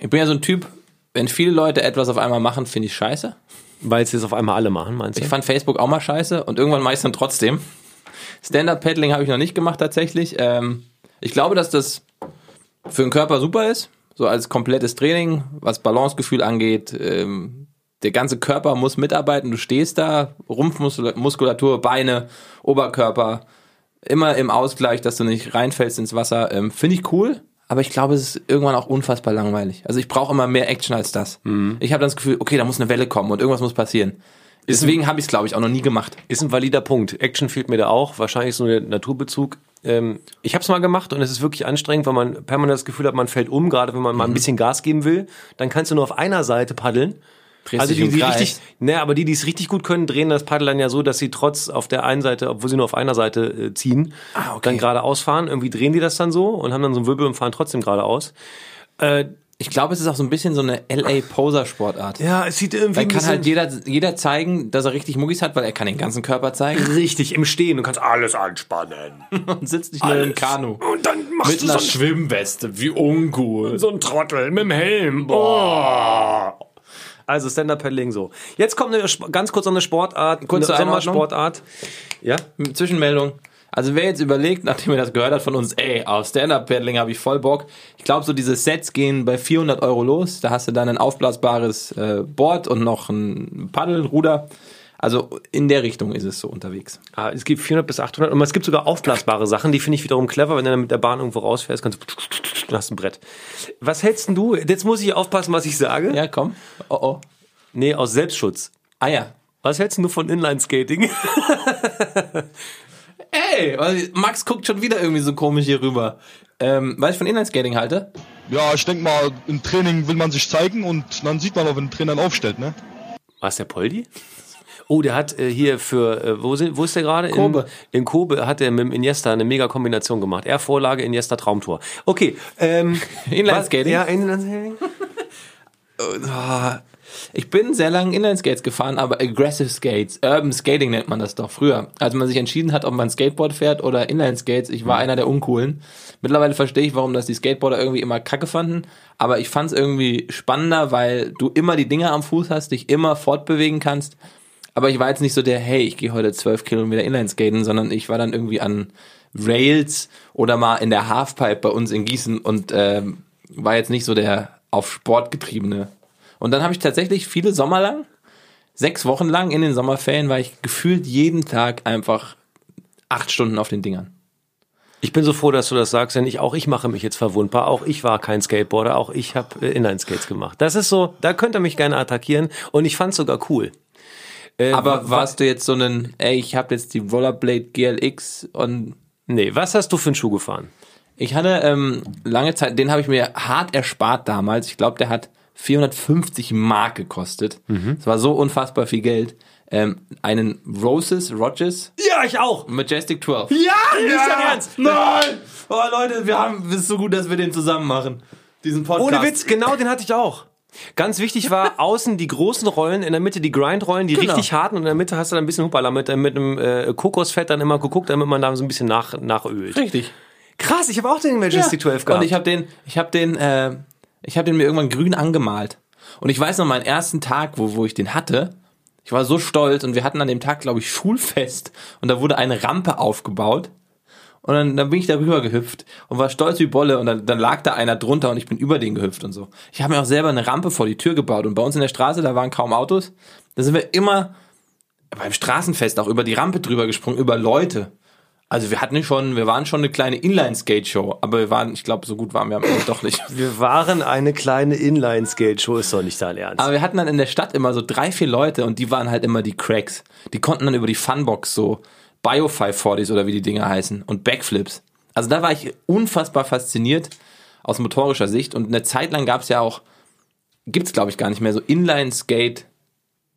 Speaker 2: ich bin ja so ein Typ, wenn viele Leute etwas auf einmal machen, finde ich scheiße.
Speaker 3: Weil es jetzt auf einmal alle machen, meinst du?
Speaker 2: Ich fand Facebook auch mal scheiße und irgendwann mache ich es dann trotzdem. Stand-Up-Paddling habe ich noch nicht gemacht tatsächlich. Ähm, ich glaube, dass das für den Körper super ist, so als komplettes Training, was Balancegefühl angeht. Ähm, der ganze Körper muss mitarbeiten, du stehst da, Rumpfmuskulatur, Beine, Oberkörper, immer im Ausgleich, dass du nicht reinfällst ins Wasser. Ähm, Finde ich cool, aber ich glaube, es ist irgendwann auch unfassbar langweilig. Also ich brauche immer mehr Action als das. Ich habe dann das Gefühl, okay, da muss eine Welle kommen und irgendwas muss passieren. Deswegen habe ich es, glaube ich, auch noch nie gemacht.
Speaker 3: Ist ein valider Punkt. Action fehlt mir da auch. Wahrscheinlich so der Naturbezug. Ähm, ich habe es mal gemacht und es ist wirklich anstrengend, weil man permanent das Gefühl hat, man fällt um, gerade wenn man mal ein
Speaker 2: Mhm.
Speaker 3: bisschen Gas geben will. Dann kannst du nur auf einer Seite paddeln.
Speaker 2: Drehst
Speaker 3: also
Speaker 2: dich
Speaker 3: die,
Speaker 2: im
Speaker 3: die
Speaker 2: Kreis.
Speaker 3: richtig, ne, aber die, die es richtig gut können, drehen das Paddel dann ja so, dass sie trotz auf der einen Seite, obwohl sie nur auf einer Seite äh, ziehen,
Speaker 2: Ah, okay.
Speaker 3: dann geradeaus fahren. Irgendwie drehen die das dann so und haben dann so einen Wirbel und fahren trotzdem geradeaus.
Speaker 2: Ich glaube, es ist auch so ein bisschen so eine LA-Poser-Sportart.
Speaker 3: Ja, es sieht irgendwie
Speaker 2: Weil kann halt jeder, jeder zeigen, dass er richtig Muggis hat, weil er kann den ganzen Körper zeigen
Speaker 3: richtig im Stehen. Du kannst
Speaker 6: Alles anspannen.
Speaker 2: und sitzt nicht nur im Kanu.
Speaker 6: Und dann machst
Speaker 2: Mit
Speaker 6: du
Speaker 2: einer
Speaker 6: so einen,
Speaker 2: Schwimmweste, wie uncool.
Speaker 6: so einen Trottel mit dem Helm. Boah.
Speaker 3: Also Stand-Up-Paddling so. Jetzt kommt eine Sp- ganz kurz noch eine Sportart,
Speaker 2: Kurze
Speaker 3: eine
Speaker 2: Einordnung.
Speaker 3: Sommersportart. Ja?
Speaker 2: Zwischenmeldung. Also wer jetzt überlegt, nachdem er das gehört hat von uns, ey, auf Stand-Up-Paddling habe ich voll Bock. Ich glaube, so diese Sets gehen bei 400 Euro los. Da hast du dann ein aufblasbares äh, Board und noch ein Paddelruder. Also in der Richtung ist es so unterwegs.
Speaker 3: Ah, Es gibt 400 bis 800 und es gibt sogar aufblasbare Sachen, die finde ich wiederum clever, wenn du dann mit der Bahn irgendwo rausfährst, kannst du dann hast du ein Brett. Was hältst denn du? Jetzt muss ich aufpassen, was ich sage.
Speaker 2: Ja, komm. Oh, oh.
Speaker 3: Nee, aus Selbstschutz.
Speaker 2: Ah ja.
Speaker 3: Was hältst denn du von Inline-Skating? (laughs)
Speaker 2: Ey, was- Max guckt schon wieder irgendwie so komisch hier rüber. Ähm, was ich von Inlineskating halte?
Speaker 9: Ja, ich denke mal, im Training will man sich zeigen und dann sieht man auch, wenn ein Trainer einen aufstellt, ne?
Speaker 3: War es der Poldi? Oh, der hat äh, hier für, äh, wo, sind, wo ist der gerade?
Speaker 2: Kobe.
Speaker 3: In, in Kobe hat er mit dem Iniesta eine mega Kombination gemacht. Er Vorlage, Iniesta Traumtor. Okay. Ähm,
Speaker 2: (laughs) Inlineskating?
Speaker 3: Ja, Inlineskating.
Speaker 2: Ah, Ich bin sehr lange Inlineskates gefahren, aber Aggressive Skates, Urban Skating nennt man das doch früher. Als man sich entschieden hat, ob man Skateboard fährt oder Inlineskates, ich war einer der Uncoolen. Mittlerweile verstehe ich, warum das die Skateboarder irgendwie immer kacke fanden, aber ich fand es irgendwie spannender, weil du immer die Dinger am Fuß hast, dich immer fortbewegen kannst. Aber ich war jetzt nicht so der, hey, ich gehe heute 12 Kilometer Inlineskaten, sondern ich war dann irgendwie an Rails oder mal in der Halfpipe bei uns in Gießen und ähm, war jetzt nicht so der auf Sport getriebene. Und dann habe ich tatsächlich viele Sommer lang, sechs Wochen lang in den Sommerferien, war ich gefühlt jeden Tag einfach acht Stunden auf den Dingern.
Speaker 3: Ich bin so froh, dass du das sagst, denn ich auch ich mache mich jetzt verwundbar. Auch ich war kein Skateboarder, auch ich habe Inline-Skates gemacht. Das ist so, da könnt ihr mich gerne attackieren und ich fand's sogar cool. Äh,
Speaker 2: Aber
Speaker 3: wa-
Speaker 2: warst du jetzt so einen, ey, ich habe jetzt die Rollerblade GLX und
Speaker 3: Nee, was hast du für einen Schuh gefahren?
Speaker 2: ich hatte ähm, lange Zeit, den habe ich mir hart erspart damals. Ich glaube, der hat 450 Mark gekostet. Es
Speaker 3: Mhm.
Speaker 2: war so unfassbar viel Geld. Ähm, einen Roses, Rogers,
Speaker 3: Ja, ich auch.
Speaker 2: Majestic 12.
Speaker 3: Ja, nicht dein Ernst.
Speaker 2: Nein! Oh Leute, wir haben, es ist so gut, dass wir den zusammen machen. Diesen Podcast.
Speaker 3: Ohne Witz, genau den hatte ich auch. Ganz wichtig (laughs) war, außen die großen Rollen, in der Mitte die Grind-Rollen, die
Speaker 2: Genau.
Speaker 3: richtig harten und in der Mitte hast du dann ein bisschen Hupala mit, mit einem äh, Kokosfett dann immer geguckt, damit man da so ein bisschen nach, nachölt.
Speaker 2: Richtig.
Speaker 3: Krass, ich habe auch den Majesty 12 gehabt.
Speaker 2: Und ich habe den, ich habe den, äh, ich habe den mir irgendwann grün angemalt. Und ich weiß noch meinen ersten Tag, wo, wo ich den hatte. Ich war so stolz und wir hatten an dem Tag, glaube ich, Schulfest und da wurde eine Rampe aufgebaut. Und dann, dann bin ich darüber gehüpft und war stolz wie Bolle und dann, dann lag da einer drunter und ich bin über den gehüpft und so. Ich habe mir auch selber eine Rampe vor die Tür gebaut und bei uns in der Straße, da waren kaum Autos. Da sind wir immer beim Straßenfest auch über die Rampe drüber gesprungen, über Leute. Also wir hatten schon, wir waren schon eine kleine Inline-Skate-Show, aber wir waren, ich glaube, so gut waren wir am Ende doch nicht.
Speaker 3: wir waren eine kleine Inline-Skate-Show, ist doch nicht dein
Speaker 2: (laughs)
Speaker 3: Ernst.
Speaker 2: Aber wir hatten dann in der Stadt immer so drei, vier Leute und die waren halt immer die Cracks. Die konnten dann über die Funbox so bio 40s oder wie die Dinger heißen und Backflips. Also da war ich unfassbar fasziniert aus motorischer Sicht und eine Zeit lang gab es ja auch, gibt's glaube ich gar nicht mehr, so Inline-Skate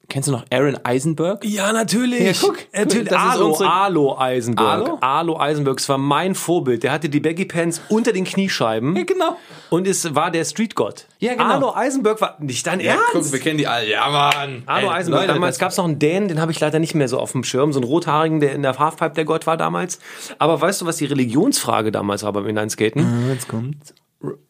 Speaker 2: Kennst du noch Aaron Eisenberg?
Speaker 3: Ja, natürlich. Äh,
Speaker 2: Ja, guck, guck,
Speaker 3: natürlich.
Speaker 2: das ist
Speaker 3: Alo,
Speaker 2: unsere-
Speaker 3: Alo Eisenberg.
Speaker 2: Alo?
Speaker 3: Alo? Eisenberg, es war mein Vorbild. Der hatte die Baggy Pants unter den Kniescheiben.
Speaker 2: Ja, genau.
Speaker 3: Und es war der Streetgott.
Speaker 2: Ja, genau.
Speaker 3: Alo Eisenberg war nicht dein Ernst.
Speaker 2: Guck, wir kennen die alle. Ja, Mann.
Speaker 3: Arno
Speaker 2: Ey,
Speaker 3: Eisenberg.
Speaker 2: Leute,
Speaker 3: damals
Speaker 2: das-
Speaker 3: gab es noch einen Dänen, den habe ich leider nicht mehr so auf dem Schirm. So einen rothaarigen, der in der Halfpipe der Gott war damals. Aber weißt du, was die Religionsfrage damals war beim Inlineskaten?
Speaker 2: Ah, Jetzt kommt.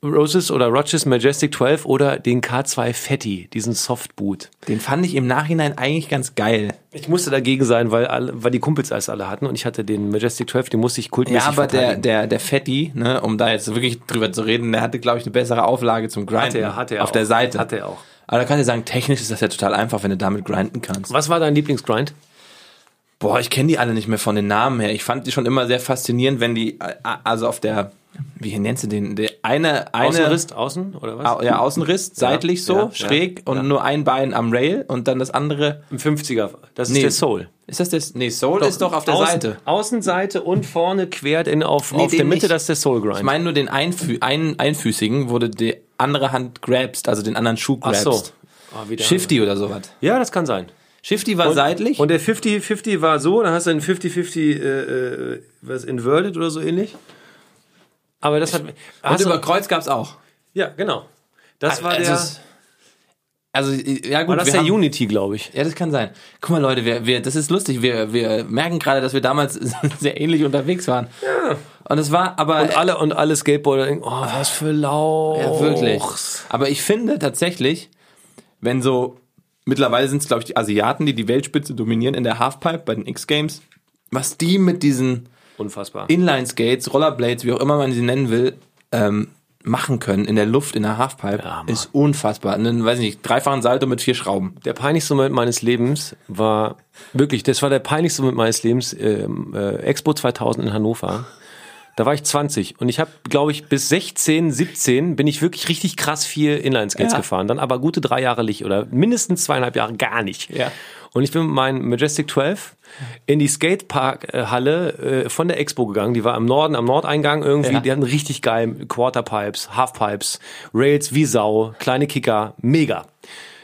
Speaker 3: Roses oder Rogers Majestic 12 oder den K2 Fatty, diesen Softboot.
Speaker 2: Den fand ich im Nachhinein eigentlich ganz geil.
Speaker 3: Ich musste dagegen sein, weil, alle, weil die Kumpels alles alle hatten und ich hatte den Majestic 12, den musste ich kultmäßig
Speaker 2: Ja, aber der,
Speaker 3: verteidigen.
Speaker 2: der, der Fetti, ne, um da jetzt wirklich drüber zu reden, der hatte, glaube ich, eine bessere Auflage zum Grinden.
Speaker 3: Hatte er, hatte er
Speaker 2: Auf
Speaker 3: auch.
Speaker 2: der Seite.
Speaker 3: Hatte er auch.
Speaker 2: Aber da kannst du sagen, technisch ist das ja total einfach, wenn du damit grinden kannst.
Speaker 3: Was war dein Lieblingsgrind?
Speaker 2: Boah, ich kenne die alle nicht mehr von den Namen her. Ich fand die schon immer sehr faszinierend, wenn die, äh, also auf der, wie nennst du den? Der eine, eine
Speaker 3: Außenriss, außen oder was?
Speaker 2: Au- ja, Außenriss, seitlich so,
Speaker 3: ja,
Speaker 2: schräg und nur ein Bein am Rail und dann das andere.
Speaker 3: Im 50er. Das ist
Speaker 2: Nee.
Speaker 3: der Soul.
Speaker 2: Ist das das? Nee, Soul ist doch auf der
Speaker 3: Außen-
Speaker 2: Seite.
Speaker 3: Außenseite und vorne quer in, auf, auf
Speaker 2: den
Speaker 3: der Mitte,
Speaker 2: nicht.
Speaker 3: das ist der Soul Grind.
Speaker 2: Ich meine nur den Einfü ein Einfüßigen, wo du die andere Hand grabst, also den anderen Schuh
Speaker 3: Ach
Speaker 2: grabst.
Speaker 3: so.
Speaker 2: Ah,
Speaker 3: Oh, wieder-
Speaker 2: Shifty oder sowas.
Speaker 3: Ja, das kann sein.
Speaker 2: Shifty war seitlich.
Speaker 3: Und der 50-50 war so, dann hast du einen 50-50 äh, äh, was inverted oder so ähnlich. Aber das hat.
Speaker 2: und
Speaker 3: hast du-
Speaker 2: über Kreuz gab's auch.
Speaker 3: ja, genau. Das war der.
Speaker 2: also, also, ja gut,
Speaker 3: war das
Speaker 2: wir
Speaker 3: der
Speaker 2: haben-
Speaker 3: Unity, glaube ich.
Speaker 2: Ja, das kann sein. Guck mal, Leute, wir, wir, das ist lustig. Wir, wir merken gerade, dass wir damals (laughs) sehr ähnlich unterwegs waren. Ja. Und es war aber.
Speaker 3: Und alle und alle Skateboarder denken, oh, was für Lauch.
Speaker 2: Äh, Ja, wirklich. Aber ich finde tatsächlich, wenn so, mittlerweile sind es, glaube ich, die Asiaten, die die Weltspitze dominieren in der Halfpipe bei den X-Games, was die mit diesen
Speaker 3: Unfassbar.
Speaker 2: Inline-Skates, Rollerblades, wie auch immer man sie nennen will, ähm, machen können in der Luft, in der Halfpipe,
Speaker 3: Ja, Mann.
Speaker 2: ist unfassbar. Einen, weiß nicht, dreifachen Salto mit vier Schrauben.
Speaker 3: der peinlichste Moment meines Lebens war wirklich, das war der peinlichste Moment meines Lebens, ähm, äh, Expo 2000 in Hannover. Da war ich 20 und ich habe, glaube ich, bis 16, 17 bin ich wirklich richtig krass viel Inlineskates
Speaker 2: Ja.
Speaker 3: gefahren. Dann aber gute drei Jahre nicht oder mindestens zweieinhalb Jahre gar nicht.
Speaker 2: Ja.
Speaker 3: Und ich bin mit meinem Majestic 12 in die Skatepark-Halle äh, von der Expo gegangen. Die war im Norden, am Nordeingang irgendwie.
Speaker 2: Ja.
Speaker 3: Die hatten richtig geil Quarterpipes, Halfpipes, Rails wie Sau, kleine Kicker, mega.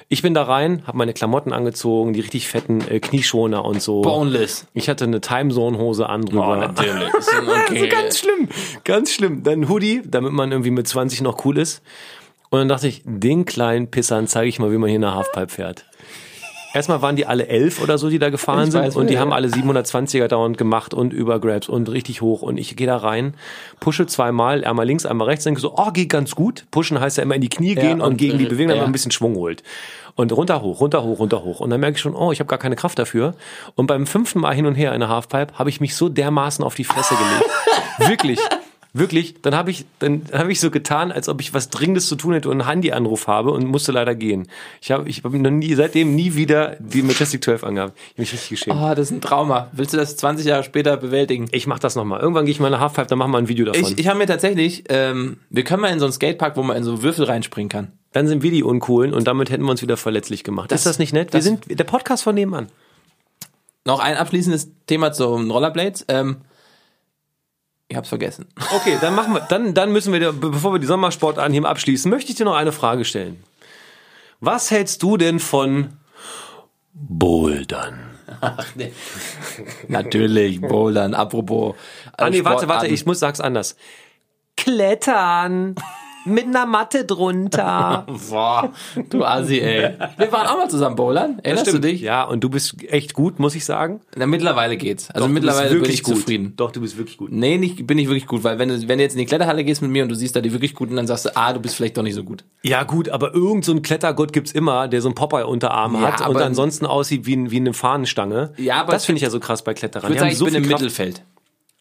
Speaker 3: Ich bin da rein, habe meine Klamotten angezogen, die richtig fetten äh, Knieschoner und so.
Speaker 2: Boneless. Oh,
Speaker 3: Ich hatte eine Timezone-Hose an drüber. (laughs) Also ganz schlimm, ganz schlimm. Dann ein Hoodie, damit man irgendwie mit 20 noch cool ist. Und dann dachte ich, den kleinen Pissern zeige ich mal, wie man hier eine Halfpipe fährt. Erstmal waren die alle elf oder so, die da gefahren
Speaker 2: Ich
Speaker 3: sind
Speaker 2: weiß,
Speaker 3: und die
Speaker 2: ja.
Speaker 3: haben alle 720er dauernd gemacht und über Grabs und richtig hoch und ich gehe da rein, pushe zweimal, einmal links, einmal rechts, denke so, oh, geht ganz gut. Pushen heißt ja immer in die Knie gehen und,
Speaker 2: und,
Speaker 3: gegen die
Speaker 2: äh,
Speaker 3: Bewegung
Speaker 2: ja.
Speaker 3: ja. ein bisschen Schwung holt. Und runter hoch, runter hoch, runter hoch und dann merke ich schon, oh, ich habe gar keine Kraft dafür und beim fünften Mal hin und her in der Halfpipe habe ich mich so dermaßen auf die
Speaker 2: (laughs)
Speaker 3: Fresse gelegt. Wirklich. Wirklich, dann habe ich, dann habe ich so getan, als ob ich was Dringendes zu tun hätte und einen Handyanruf habe und musste leider gehen. Ich habe, ich habe noch nie, seitdem nie wieder die Majestic 12 angehabt. Ich habe mich richtig geschämt.
Speaker 2: Ah, das ist ein Trauma. Willst du das 20 Jahre später bewältigen?
Speaker 3: Ich mach das nochmal. Irgendwann gehe ich mal in eine Halfpipe, dann machen wir ein Video davon.
Speaker 2: Ich, ich habe mir tatsächlich, ähm, wir können mal in so einen Skatepark, wo man in so Würfel reinspringen kann.
Speaker 3: dann sind wir die Uncoolen und damit hätten wir uns wieder verletzlich gemacht.
Speaker 2: Das-
Speaker 3: ist das nicht nett?
Speaker 2: das-
Speaker 3: wir sind der Podcast von nebenan.
Speaker 2: Noch ein abschließendes Thema zum Rollerblades. Ähm, ich hab's
Speaker 3: (laughs)
Speaker 2: vergessen.
Speaker 3: Okay, dann machen wir, dann, dann müssen wir, dir- be- bevor wir die Sommersport anheben abschließen, möchte ich dir noch eine Frage stellen. Was hältst du denn von Bouldern?
Speaker 2: Natürlich, Bouldern, apropos. äh,
Speaker 3: Ah, nee, warte, warte, ich muss, sag's anders. Klettern. Mit einer Matte drunter.
Speaker 2: (laughs) Boah, du Assi, ey. Wir waren auch mal zusammen Bouldern. Erinnerst du dich?
Speaker 3: Ja, und du bist echt gut, muss ich sagen.
Speaker 2: Na, mittlerweile geht's. Also
Speaker 3: Du bist
Speaker 2: mittlerweile bin ich
Speaker 3: gut.
Speaker 2: zufrieden.
Speaker 3: Doch, du bist wirklich gut.
Speaker 2: Nee, nicht, bin ich wirklich gut, weil wenn du, wenn du jetzt in die Kletterhalle gehst mit mir und du siehst da die wirklich guten, dann sagst du, ah, du bist vielleicht doch nicht so gut.
Speaker 3: Ja gut, aber irgend so ein Klettergott gibt's immer, der so einen Popeye-Unterarm
Speaker 2: Ja,
Speaker 3: hat und
Speaker 2: aber-
Speaker 3: ansonsten aussieht wie, ein, wie eine Fahnenstange.
Speaker 2: Ja, aber
Speaker 3: das
Speaker 2: es
Speaker 3: finde ich
Speaker 2: gibt-
Speaker 3: ja so krass bei Kletterern.
Speaker 2: Ich würde
Speaker 3: Die haben
Speaker 2: sagen, ich
Speaker 3: so
Speaker 2: bin
Speaker 3: viel
Speaker 2: im
Speaker 3: Kraft.
Speaker 2: Mittelfeld.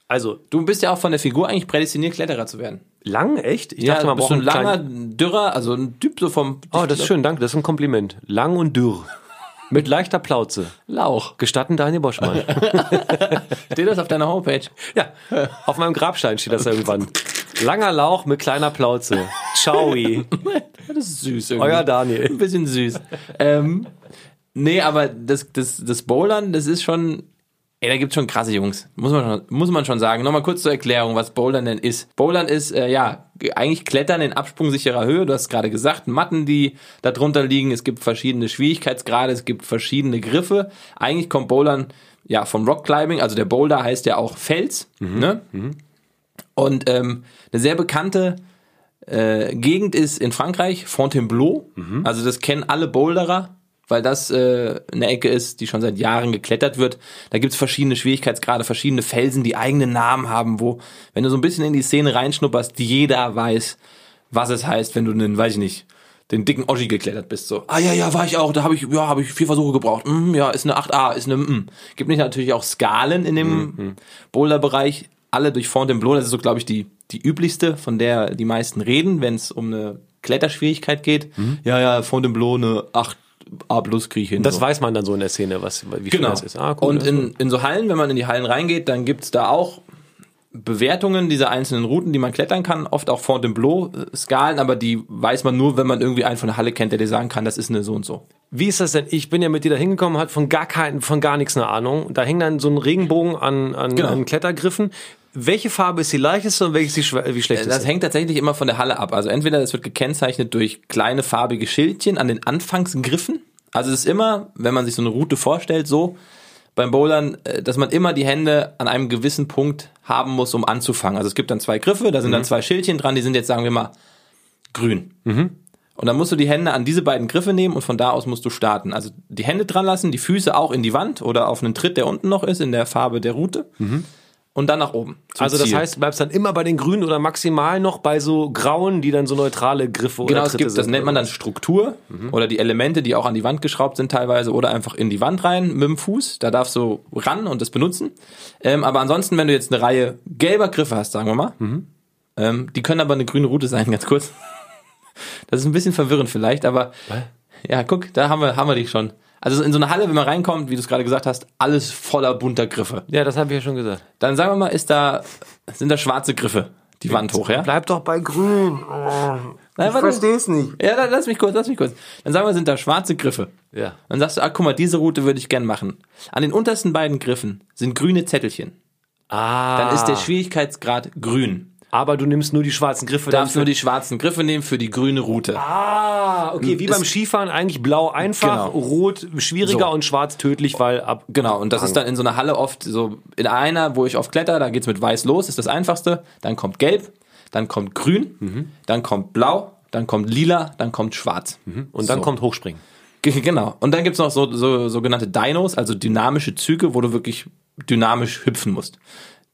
Speaker 3: Also
Speaker 2: Du bist ja auch von der Figur eigentlich prädestiniert, Kletterer zu werden.
Speaker 3: lang, echt? Ich
Speaker 2: ja, bist du ein
Speaker 3: einen
Speaker 2: langer,
Speaker 3: kleinen-
Speaker 2: dürrer, also ein Typ so vom...
Speaker 3: Oh, das ist schön, danke, das ist ein Kompliment. Lang und dürr. Mit leichter Plauze.
Speaker 2: Lauch.
Speaker 3: Gestatten
Speaker 2: (laughs)
Speaker 3: Daniel Boschmann.
Speaker 2: (laughs) Steht das auf deiner Homepage?
Speaker 3: ja, auf meinem Grabstein steht das irgendwann. Langer Lauch mit kleiner Plauze. Ciao.
Speaker 2: (laughs) Das ist süß irgendwie.
Speaker 3: Euer Daniel.
Speaker 2: Ein bisschen süß. ähm, nee, aber das, das, das Bowlern, das ist schon Ey, da gibt's schon krasse Jungs. Muss man schon, muss man schon sagen. Nochmal kurz zur Erklärung, was Bouldern denn ist. Bouldern ist, äh, ja, g- eigentlich Klettern in absprungsicherer Höhe. Du hast es gerade gesagt. Matten, die da drunter liegen. Es gibt verschiedene Schwierigkeitsgrade. Es gibt verschiedene Griffe. Eigentlich kommt Bouldern, ja, vom Rockclimbing. Also der Boulder heißt ja auch Fels, ne? Und, ähm, eine sehr bekannte, äh, Gegend ist in Frankreich, Fontainebleau. Also das kennen alle Boulderer, weil das äh, eine Ecke ist, die schon seit Jahren geklettert wird. Da gibt's verschiedene Schwierigkeitsgrade, verschiedene Felsen, die eigene Namen haben, wo, wenn du so ein bisschen in die Szene reinschnupperst, jeder weiß, was es heißt, wenn du einen, weiß ich nicht, den dicken Oschi geklettert bist. So, ah ja, ja, war ich auch, da habe ich, ja, habe ich vier Versuche gebraucht. Mm, ja, ist eine 8a, ist eine mm. Gibt nicht natürlich auch Skalen in dem Boulder-Bereich, alle durch Fontainebleau, das ist so, glaube ich, die, die üblichste, von der die meisten reden, wenn es um eine Kletterschwierigkeit geht. Ja, ja, Fontainebleau eine 8a plus kriege ich hin.
Speaker 3: Das
Speaker 2: so.
Speaker 3: weiß man dann so in der Szene, was, wie schwer
Speaker 2: Genau.
Speaker 3: das ist. Ah, cool,
Speaker 2: und
Speaker 3: das ist
Speaker 2: in, in so Hallen, wenn man in die Hallen reingeht, dann gibt's da auch Bewertungen dieser einzelnen Routen, die man klettern kann, oft auch Fontainebleau-Skalen, äh, aber die weiß man nur, wenn man irgendwie einen von der Halle kennt, der dir sagen kann, das ist eine so und so.
Speaker 3: Wie ist das denn? Ich bin ja mit dir da hingekommen, hat von gar keinen, von gar nichts eine Ahnung. Da hing dann so ein Regenbogen an, an,
Speaker 2: Genau.
Speaker 3: an Klettergriffen. Welche Farbe ist die leichteste und welche ist die schwer, wie schlechteste?
Speaker 2: Das hängt tatsächlich immer von der Halle ab. Also entweder das wird gekennzeichnet durch kleine farbige Schildchen an den Anfangsgriffen. Also es ist immer, wenn man sich so eine Route vorstellt, so beim Bouldern, äh, dass man immer die Hände an einem gewissen Punkt haben muss, um anzufangen. Also es gibt dann zwei Griffe, da sind
Speaker 3: Mhm.
Speaker 2: dann zwei Schildchen dran, die sind jetzt, sagen wir mal, grün.
Speaker 3: Mhm.
Speaker 2: Und dann musst du die Hände an diese beiden Griffe nehmen und von da aus musst du starten. Also die Hände dran lassen, die Füße auch in die Wand oder auf einen Tritt, der unten noch ist, in der Farbe der Route. Und dann nach oben. zum
Speaker 3: Mhm. also das
Speaker 2: Ziel.
Speaker 3: heißt, du bleibst dann immer bei den Grünen oder maximal noch bei so Grauen, die dann so neutrale Griffe
Speaker 2: Genau,
Speaker 3: oder Mhm.
Speaker 2: es
Speaker 3: Tritte
Speaker 2: gibt, das
Speaker 3: sind.
Speaker 2: nennt man dann Struktur oder die Elemente, die auch an die Wand geschraubt sind teilweise oder einfach in die Wand rein mit dem Fuß. Da darfst du ran und das benutzen. Ähm, aber ansonsten, wenn du jetzt eine Reihe gelber Griffe hast, sagen wir mal,
Speaker 3: Mhm.
Speaker 2: ähm, die können aber eine grüne Route sein, (laughs) ganz kurz. Das ist ein bisschen verwirrend vielleicht, aber ja, guck, da haben wir, haben wir dich schon. Also in so eine Halle, wenn man reinkommt, wie du es gerade gesagt hast, alles voller bunter Griffe.
Speaker 3: Ja, das habe ich ja schon gesagt.
Speaker 2: Dann sagen wir mal, ist da, sind da schwarze Griffe die Wand hoch, ja?
Speaker 3: Bleib doch bei Grün.
Speaker 2: Nein,
Speaker 3: Ich versteh's nicht.
Speaker 2: Ja, dann lass mich kurz, lass mich kurz. Dann sagen wir, sind da schwarze Griffe.
Speaker 3: Ja.
Speaker 2: Dann sagst du, ah, guck mal, diese Route würde ich gern machen. An den untersten beiden Griffen sind grüne Zettelchen.
Speaker 3: Ah.
Speaker 2: Dann ist der Schwierigkeitsgrad grün.
Speaker 3: aber du nimmst nur die schwarzen Griffe.
Speaker 2: Darfst nur
Speaker 3: dann-
Speaker 2: die schwarzen Griffe nehmen für die grüne Route.
Speaker 3: ah, okay, wie
Speaker 2: Ist-
Speaker 3: beim Skifahren eigentlich blau einfach,
Speaker 2: Genau.
Speaker 3: rot schwieriger
Speaker 2: So.
Speaker 3: und schwarz tödlich, weil ab
Speaker 2: Genau, und das ist dann in so einer Halle oft so, in einer, wo ich oft kletter, da geht's mit weiß los, ist das einfachste. Dann kommt gelb, dann kommt grün,
Speaker 3: Mhm.
Speaker 2: dann kommt blau, dann kommt lila, dann kommt schwarz.
Speaker 3: und dann
Speaker 2: So.
Speaker 3: kommt Hochspringen.
Speaker 2: G- Genau. Und dann gibt's noch so, so sogenannte Dinos, also dynamische Züge, wo du wirklich dynamisch hüpfen musst.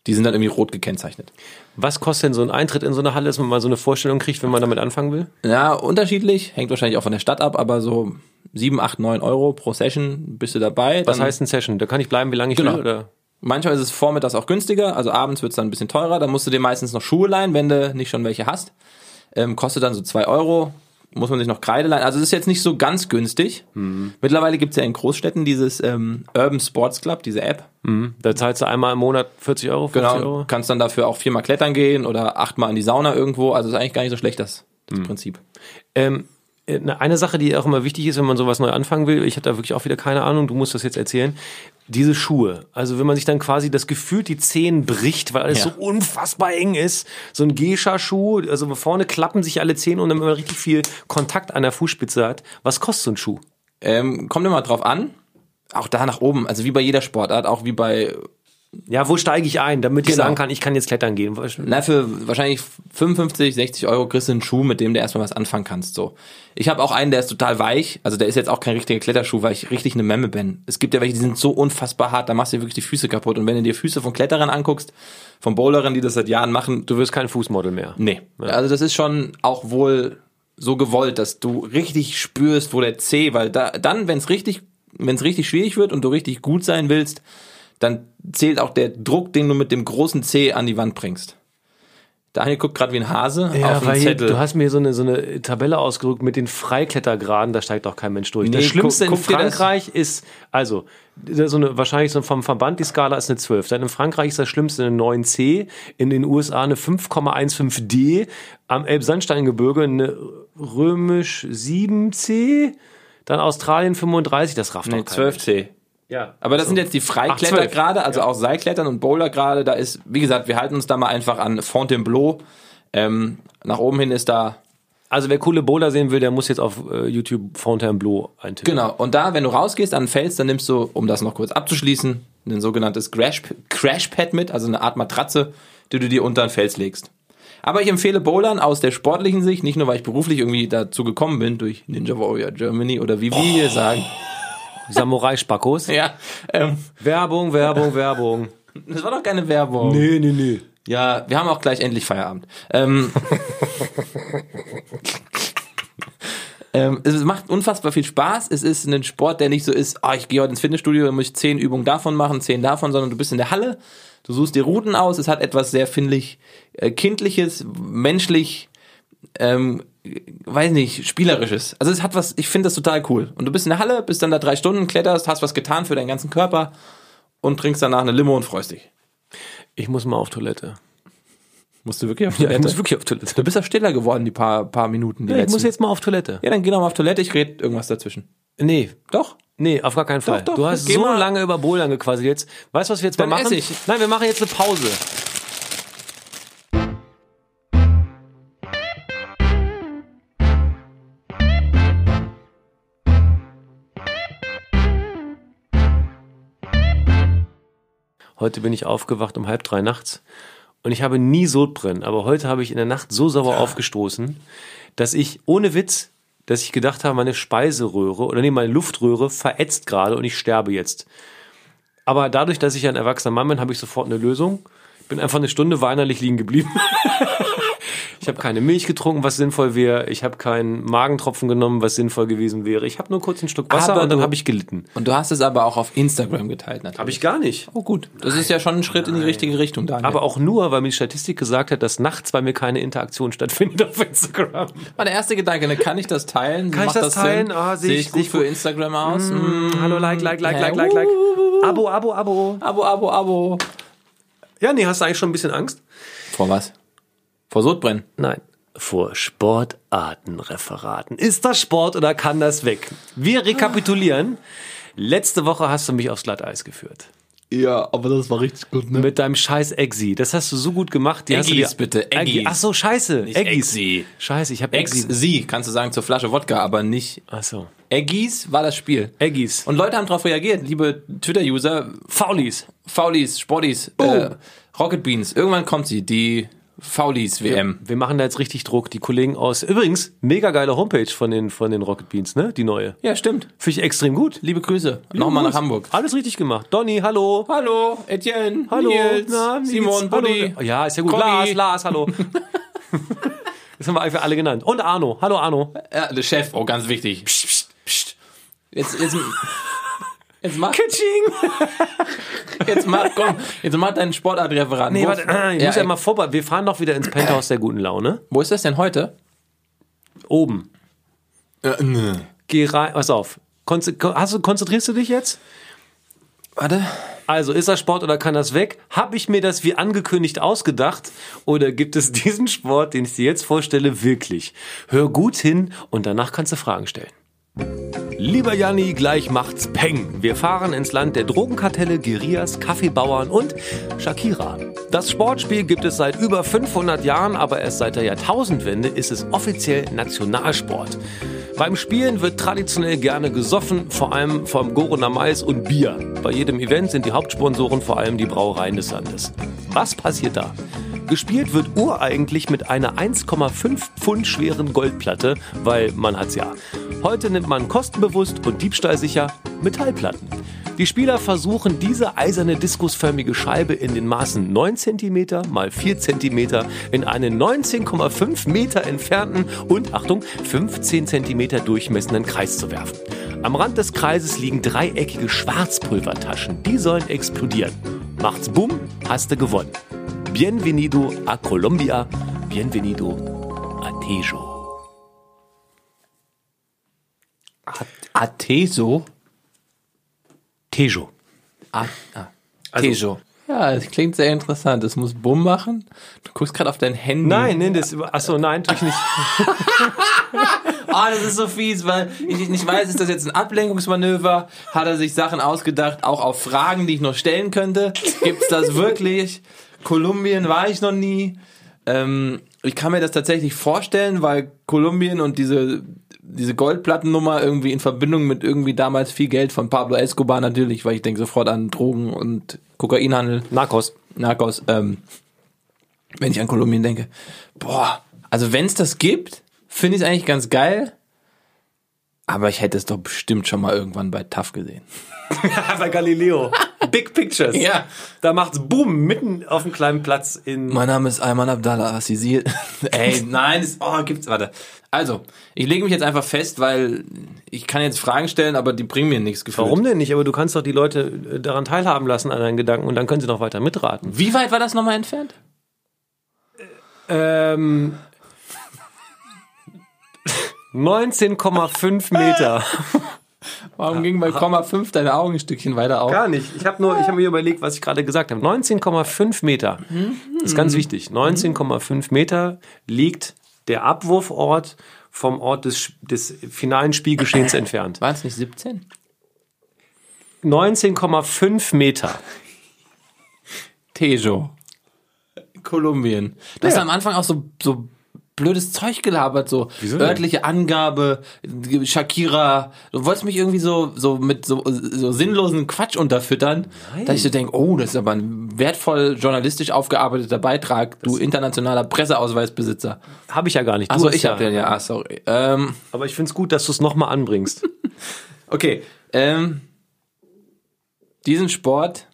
Speaker 2: Die sind dann irgendwie rot gekennzeichnet.
Speaker 3: Was kostet denn so ein Eintritt in so eine Halle, dass man mal so eine Vorstellung kriegt, wenn man damit anfangen will?
Speaker 2: Ja, unterschiedlich, hängt wahrscheinlich auch von der Stadt ab, aber so 7, 8, 9 Euro pro Session bist du dabei.
Speaker 3: Was
Speaker 2: Dann-
Speaker 3: heißt ein Session? Da kann ich bleiben, wie lange ich
Speaker 2: Genau.
Speaker 3: will? Oder?
Speaker 2: Manchmal ist es vormittags auch günstiger, also abends wird's dann ein bisschen teurer. Dann musst du dir meistens noch Schuhe leihen, wenn du nicht schon welche hast. Ähm, kostet dann so 2 Euro, muss man sich noch Kreide leihen. Also es ist jetzt nicht so ganz günstig.
Speaker 3: Mhm.
Speaker 2: Mittlerweile gibt's ja in Großstädten dieses ähm, Urban Sports Club, diese App.
Speaker 3: Da zahlst du einmal im Monat 40 Euro, 50
Speaker 2: Genau,
Speaker 3: Euro?
Speaker 2: kannst dann dafür auch viermal klettern gehen oder achtmal in die Sauna irgendwo. Also ist eigentlich gar nicht so schlecht, das, das Prinzip.
Speaker 3: Ähm, äh, ne- eine Sache, die auch immer wichtig ist, wenn man sowas neu anfangen will, ich hatte da wirklich auch wieder keine Ahnung, du musst das jetzt erzählen, diese Schuhe. Also wenn man sich dann quasi das Gefühl, die Zehen bricht, weil alles
Speaker 2: Ja.
Speaker 3: so unfassbar eng ist, so ein Gescha-Schuh, also vorne klappen sich alle Zehen und dann man richtig viel Kontakt an der Fußspitze hat. Was kostet so ein Schuh?
Speaker 2: Ähm, kommt immer drauf an. Auch da nach oben, also wie bei jeder Sportart, auch wie bei,
Speaker 3: Ja, wo steige ich ein, damit ich
Speaker 2: Genau.
Speaker 3: sagen kann, ich kann jetzt klettern gehen?
Speaker 2: na, für wahrscheinlich 55, 60 Euro kriegst du einen Schuh, mit dem du erstmal was anfangen kannst, so. Ich habe auch einen, der ist total weich, also der ist jetzt auch kein richtiger Kletterschuh, weil ich richtig eine Memme bin. Es gibt ja welche, die sind so unfassbar hart, da machst du dir wirklich die Füße kaputt. Und wenn du dir Füße von Kletterern anguckst, von Bowlerern, die das seit Jahren machen,
Speaker 3: Du wirst kein Fußmodel mehr.
Speaker 2: Nee. Also das ist schon auch wohl so gewollt, dass du richtig spürst, wo der C, weil da, dann, wenn es richtig, wenn es richtig schwierig wird und du richtig gut sein willst, dann zählt auch der Druck, den du mit dem großen C an die Wand bringst. Daniel guckt gerade wie ein Hase auf
Speaker 3: weil
Speaker 2: den
Speaker 3: hier-
Speaker 2: Zettel.
Speaker 3: Du hast mir so eine, so eine Tabelle ausgedruckt mit den Freiklettergraden, da steigt auch kein Mensch durch. das
Speaker 2: Nee,
Speaker 3: Schlimmste
Speaker 2: guck-
Speaker 3: in
Speaker 2: guck dir das-
Speaker 3: Frankreich ist, also so eine, wahrscheinlich so vom Verband die Skala ist eine 12. Dann in Frankreich ist das Schlimmste eine 9c, in den USA eine 5,15d, am Elbsandsteingebirge eine römisch 7c, dann Australien 35, das rafft doch
Speaker 2: nee,
Speaker 3: halt kein Mensch.
Speaker 2: 12C.
Speaker 3: Ja.
Speaker 2: Aber das sind jetzt die Freikletter
Speaker 3: 8,12.
Speaker 2: gerade, also auch Seilklettern und Boulder gerade. Da ist, wie gesagt, wir halten uns da mal einfach an Fontainebleau. Ähm, nach oben hin ist da
Speaker 3: Also wer coole Bowler sehen will, der muss jetzt auf äh, YouTube Fontainebleau eintippen.
Speaker 2: Genau, und da, wenn du rausgehst an den Fels, dann nimmst du, um das noch kurz abzuschließen, ein sogenanntes Crash, Crashpad mit, also eine Art Matratze, die du dir unter den Fels legst. Aber ich empfehle Bowlern aus der sportlichen Sicht, nicht nur, weil ich beruflich irgendwie dazu gekommen bin, durch Ninja Warrior Germany oder wie wir hier sagen.
Speaker 3: Samurai-Spackos.
Speaker 2: Genau. Ja, ähm,
Speaker 3: Werbung, Werbung, Werbung.
Speaker 2: das war doch keine Werbung.
Speaker 3: Nee, nee, nee.
Speaker 2: Ja, wir haben auch gleich endlich Feierabend.
Speaker 3: (laughs)
Speaker 2: Ähm, ähm, es macht unfassbar viel Spaß. Es ist ein Sport, der nicht so ist, ah, ich gehe heute ins Fitnessstudio, dann muss ich zehn Übungen davon machen, zehn davon, sondern du bist in der Halle, du suchst dir Routen aus. Es hat etwas sehr, finde ich, äh, kindliches, menschlich, ähm, weiß nicht, spielerisches. Also es hat was, ich finde das total cool. Und du bist in der Halle, bist dann da drei Stunden, kletterst, hast was getan für deinen ganzen Körper und trinkst danach eine Limo und freust dich.
Speaker 3: Ich muss mal auf Toilette.
Speaker 2: Musst du wirklich auf Toilette?
Speaker 3: wirklich auf Toilette.
Speaker 2: Du bist ja stiller geworden, die paar, paar Minuten. Die
Speaker 3: Ich
Speaker 2: letzten.
Speaker 3: muss jetzt mal auf Toilette.
Speaker 2: ja, dann geh doch mal auf Toilette, ich rede irgendwas dazwischen.
Speaker 3: Nee,
Speaker 2: Doch.
Speaker 3: nee, auf gar keinen Fall.
Speaker 2: doch,
Speaker 3: du hast
Speaker 2: geh
Speaker 3: so
Speaker 2: mal-
Speaker 3: lange über Bouldern gequasselt jetzt. Weißt du, was wir jetzt
Speaker 2: Dann
Speaker 3: mal machen?
Speaker 2: esse ich.
Speaker 3: Nein, wir machen jetzt eine Pause. Heute bin ich aufgewacht um halb drei nachts und ich habe nie Sodbrennen, aber heute habe ich in der Nacht so sauer aufgestoßen, dass ich ohne Witz, dass ich gedacht habe, meine Speiseröhre oder nee, meine Luftröhre verätzt gerade und ich sterbe jetzt. Aber dadurch, dass ich ein erwachsener Mann bin, habe ich sofort eine Lösung. Bin einfach eine Stunde weinerlich liegen geblieben. (laughs) Ich habe keine Milch getrunken, was sinnvoll wäre. Ich habe keinen Magentropfen genommen, was sinnvoll gewesen wäre. Ich habe nur kurz ein Stück Wasser
Speaker 2: Aber
Speaker 3: und dann
Speaker 2: du-
Speaker 3: habe ich gelitten.
Speaker 2: Und du hast es aber auch auf Instagram geteilt, natürlich.
Speaker 3: Habe ich gar nicht.
Speaker 2: Oh gut, das ist ja schon ein Schritt in die richtige Richtung, Daniel.
Speaker 3: Aber auch nur, weil mir die Statistik gesagt hat, dass nachts bei mir keine Interaktion stattfindet auf Instagram.
Speaker 2: war der erste Gedanke, ne? kann ich das teilen?
Speaker 3: Kann ich
Speaker 2: Macht
Speaker 3: das teilen?
Speaker 2: Sinn?
Speaker 3: Ah, sehe
Speaker 2: sehe
Speaker 3: ich-
Speaker 2: ich gut
Speaker 3: sehe ich
Speaker 2: für
Speaker 3: gut.
Speaker 2: Instagram aus? Mm.
Speaker 3: Hallo, like, like, like, like, like, like. Abo, Abo, Abo.
Speaker 2: Abo, Abo, Abo.
Speaker 3: Ja, nee, hast du eigentlich schon ein bisschen Angst?
Speaker 2: Vor was? Vor Sodbrennen.
Speaker 3: Nein. Vor Sportartenreferaten. Ist das Sport oder kann das weg? Wir rekapitulieren. Letzte Woche hast du mich aufs Glatteis geführt.
Speaker 2: Ja, aber das war richtig gut, ne?
Speaker 3: Mit deinem scheiß Eggsy. Das hast du so gut gemacht. Die hast du
Speaker 2: Eggies,
Speaker 3: dir-
Speaker 2: bitte,
Speaker 3: Eggies.
Speaker 2: Eggies.
Speaker 3: Ach so, scheiße. Eggies.
Speaker 2: Eggsy.
Speaker 3: Scheiße, ich habe
Speaker 2: Ex,
Speaker 3: Eggsy.
Speaker 2: sie, kannst du sagen, zur Flasche Wodka, aber nicht.
Speaker 3: Ach so.
Speaker 2: Eggies war das Spiel.
Speaker 3: Eggies.
Speaker 2: Und Leute haben darauf reagiert, liebe Twitter-User. Faulies. Faulies, Sporties, äh, Rocket Beans. Irgendwann kommt sie, die Faulies-WM.
Speaker 3: Wir machen da jetzt richtig Druck. Die Kollegen aus, übrigens, mega geile Homepage von den, von den Rocket Beans, ne? Die neue.
Speaker 2: Ja, stimmt.
Speaker 3: Finde ich extrem gut.
Speaker 2: Liebe Grüße. Nochmal nach Hamburg.
Speaker 3: Alles richtig gemacht. Donny, hallo.
Speaker 2: Hallo, Etienne.
Speaker 3: Hallo.
Speaker 2: Nils,
Speaker 3: Na, wie
Speaker 2: Simon,
Speaker 3: geht's? Hallo.
Speaker 2: Buddy.
Speaker 3: Ja, ist ja gut.
Speaker 2: Conny.
Speaker 3: Lars, Lars, hallo.
Speaker 2: (laughs)
Speaker 3: das haben wir einfach alle genannt. Und Arno. Hallo, Arno.
Speaker 2: Ja, der Chef, oh, ganz wichtig. Psst, psst, psst. Jetzt, jetzt, jetzt mach,
Speaker 3: Kitsching.
Speaker 2: jetzt mach, komm, jetzt mach deinen Sportartreferat.
Speaker 3: Nee,
Speaker 2: Wo-
Speaker 3: warte, äh, ich
Speaker 2: ah, ja,
Speaker 3: muss ja mal vorbereiten. Wir fahren doch wieder ins Penthouse der guten Laune.
Speaker 2: Wo ist das denn heute?
Speaker 3: Oben.
Speaker 2: Äh, nö.
Speaker 3: Geh rein. Pass auf. Konze kon- hast du, konzentrierst du dich jetzt?
Speaker 2: Warte.
Speaker 3: Also, ist das Sport oder kann das weg? Habe ich mir das wie angekündigt ausgedacht? Oder gibt es diesen Sport, den ich dir jetzt vorstelle, wirklich? Hör gut hin und danach kannst du Fragen stellen. Lieber Janni, gleich macht's Peng. Wir fahren ins Land der Drogenkartelle, Guerillas, Kaffeebauern und Shakira. Das Sportspiel gibt es seit über 500 Jahren, aber erst seit der Jahrtausendwende ist es offiziell Nationalsport. Beim Spielen wird traditionell gerne gesoffen, vor allem vom Gorener Mais und Bier. Bei jedem Event sind die Hauptsponsoren vor allem die Brauereien des Landes. Was passiert da? Gespielt wird ureigentlich mit einer 1,5 Pfund schweren Goldplatte, weil man hat's ja. Heute nimmt man kostenbewusst und diebstahlsicher Metallplatten. Die Spieler versuchen, diese eiserne diskusförmige Scheibe in den Maßen 9 cm mal 4 cm in einen 19,5 Meter entfernten und, Achtung, 15 cm durchmessenden Kreis zu werfen. Am Rand des Kreises liegen dreieckige Schwarzpulvertaschen. Die sollen explodieren. Macht's bumm, hast du gewonnen. Bienvenido a Colombia. Bienvenido a Tejo.
Speaker 2: Ateso?
Speaker 3: Tejo.
Speaker 2: Ah, ah.
Speaker 3: Also-
Speaker 2: Tejo. Ja, das klingt sehr interessant. Das muss Bumm machen. Du guckst gerade auf dein Handy.
Speaker 3: Nein, nein, das. Achso, nein, tue ich nicht.
Speaker 2: Ah, das ist so fies, weil ich nicht weiß, ist das jetzt ein Ablenkungsmanöver? Hat er sich Sachen ausgedacht, auch auf Fragen, die ich noch stellen könnte? Gibt's das wirklich? Kolumbien war ich noch nie. Ähm, ich kann mir das tatsächlich vorstellen, weil Kolumbien und diese, diese Goldplattennummer irgendwie in Verbindung mit irgendwie damals viel Geld von Pablo Escobar natürlich, weil ich denke sofort an Drogen und Kokainhandel.
Speaker 3: (laughs) Narcos.
Speaker 2: Narcos, ähm, wenn ich an Kolumbien denke. Boah, also wenn es das gibt, finde ich es eigentlich ganz geil. Aber ich hätte es doch bestimmt schon mal irgendwann bei TAF gesehen.
Speaker 3: Bei Galileo. Big Pictures.
Speaker 2: Ja.
Speaker 3: Da macht's Boom mitten auf einem kleinen Platz in.
Speaker 2: Mein Name ist Ayman Abdallah Assisi. (laughs) Ey, nein, das, oh, gibt's, warte. Also, ich lege mich jetzt einfach fest, weil ich kann jetzt Fragen stellen, aber die bringen mir nichts gefühlt.
Speaker 3: Warum denn nicht? Aber du kannst doch die Leute äh, daran teilhaben lassen an deinen Gedanken und dann können sie noch weiter mitraten.
Speaker 2: Wie weit war das nochmal entfernt?
Speaker 3: Ähm. 19,5 Meter.
Speaker 2: Warum ging bei Komma 5 deine Augen ein Stückchen weiter auf?
Speaker 3: Gar nicht. Ich habe nur, ich habe mir überlegt, was ich gerade gesagt habe. 19,5 Meter. Das ist ganz wichtig. 19,5 Meter liegt der Abwurfort vom Ort des, des
Speaker 2: (laughs)
Speaker 3: finalen Spielgeschehens entfernt.
Speaker 2: Waren es nicht 17?
Speaker 3: 19,5 Meter.
Speaker 2: Tejo. Kolumbien. Du hast am Anfang auch so, so blödes Zeug gelabert, so örtliche Angabe, Shakira. Du wolltest mich irgendwie so, so mit so, so sinnlosen Quatsch unterfüttern, dass ich so denke, oh, das ist aber ein wertvoll journalistisch aufgearbeiteter Beitrag, du internationaler Presseausweisbesitzer.
Speaker 3: Habe ich ja gar nicht. Du
Speaker 2: Achso,
Speaker 3: hast
Speaker 2: ich hab den ja, ah, sorry. Ähm,
Speaker 3: Aber ich finde es gut, dass du es nochmal anbringst.
Speaker 2: (laughs) okay, ähm, diesen Sport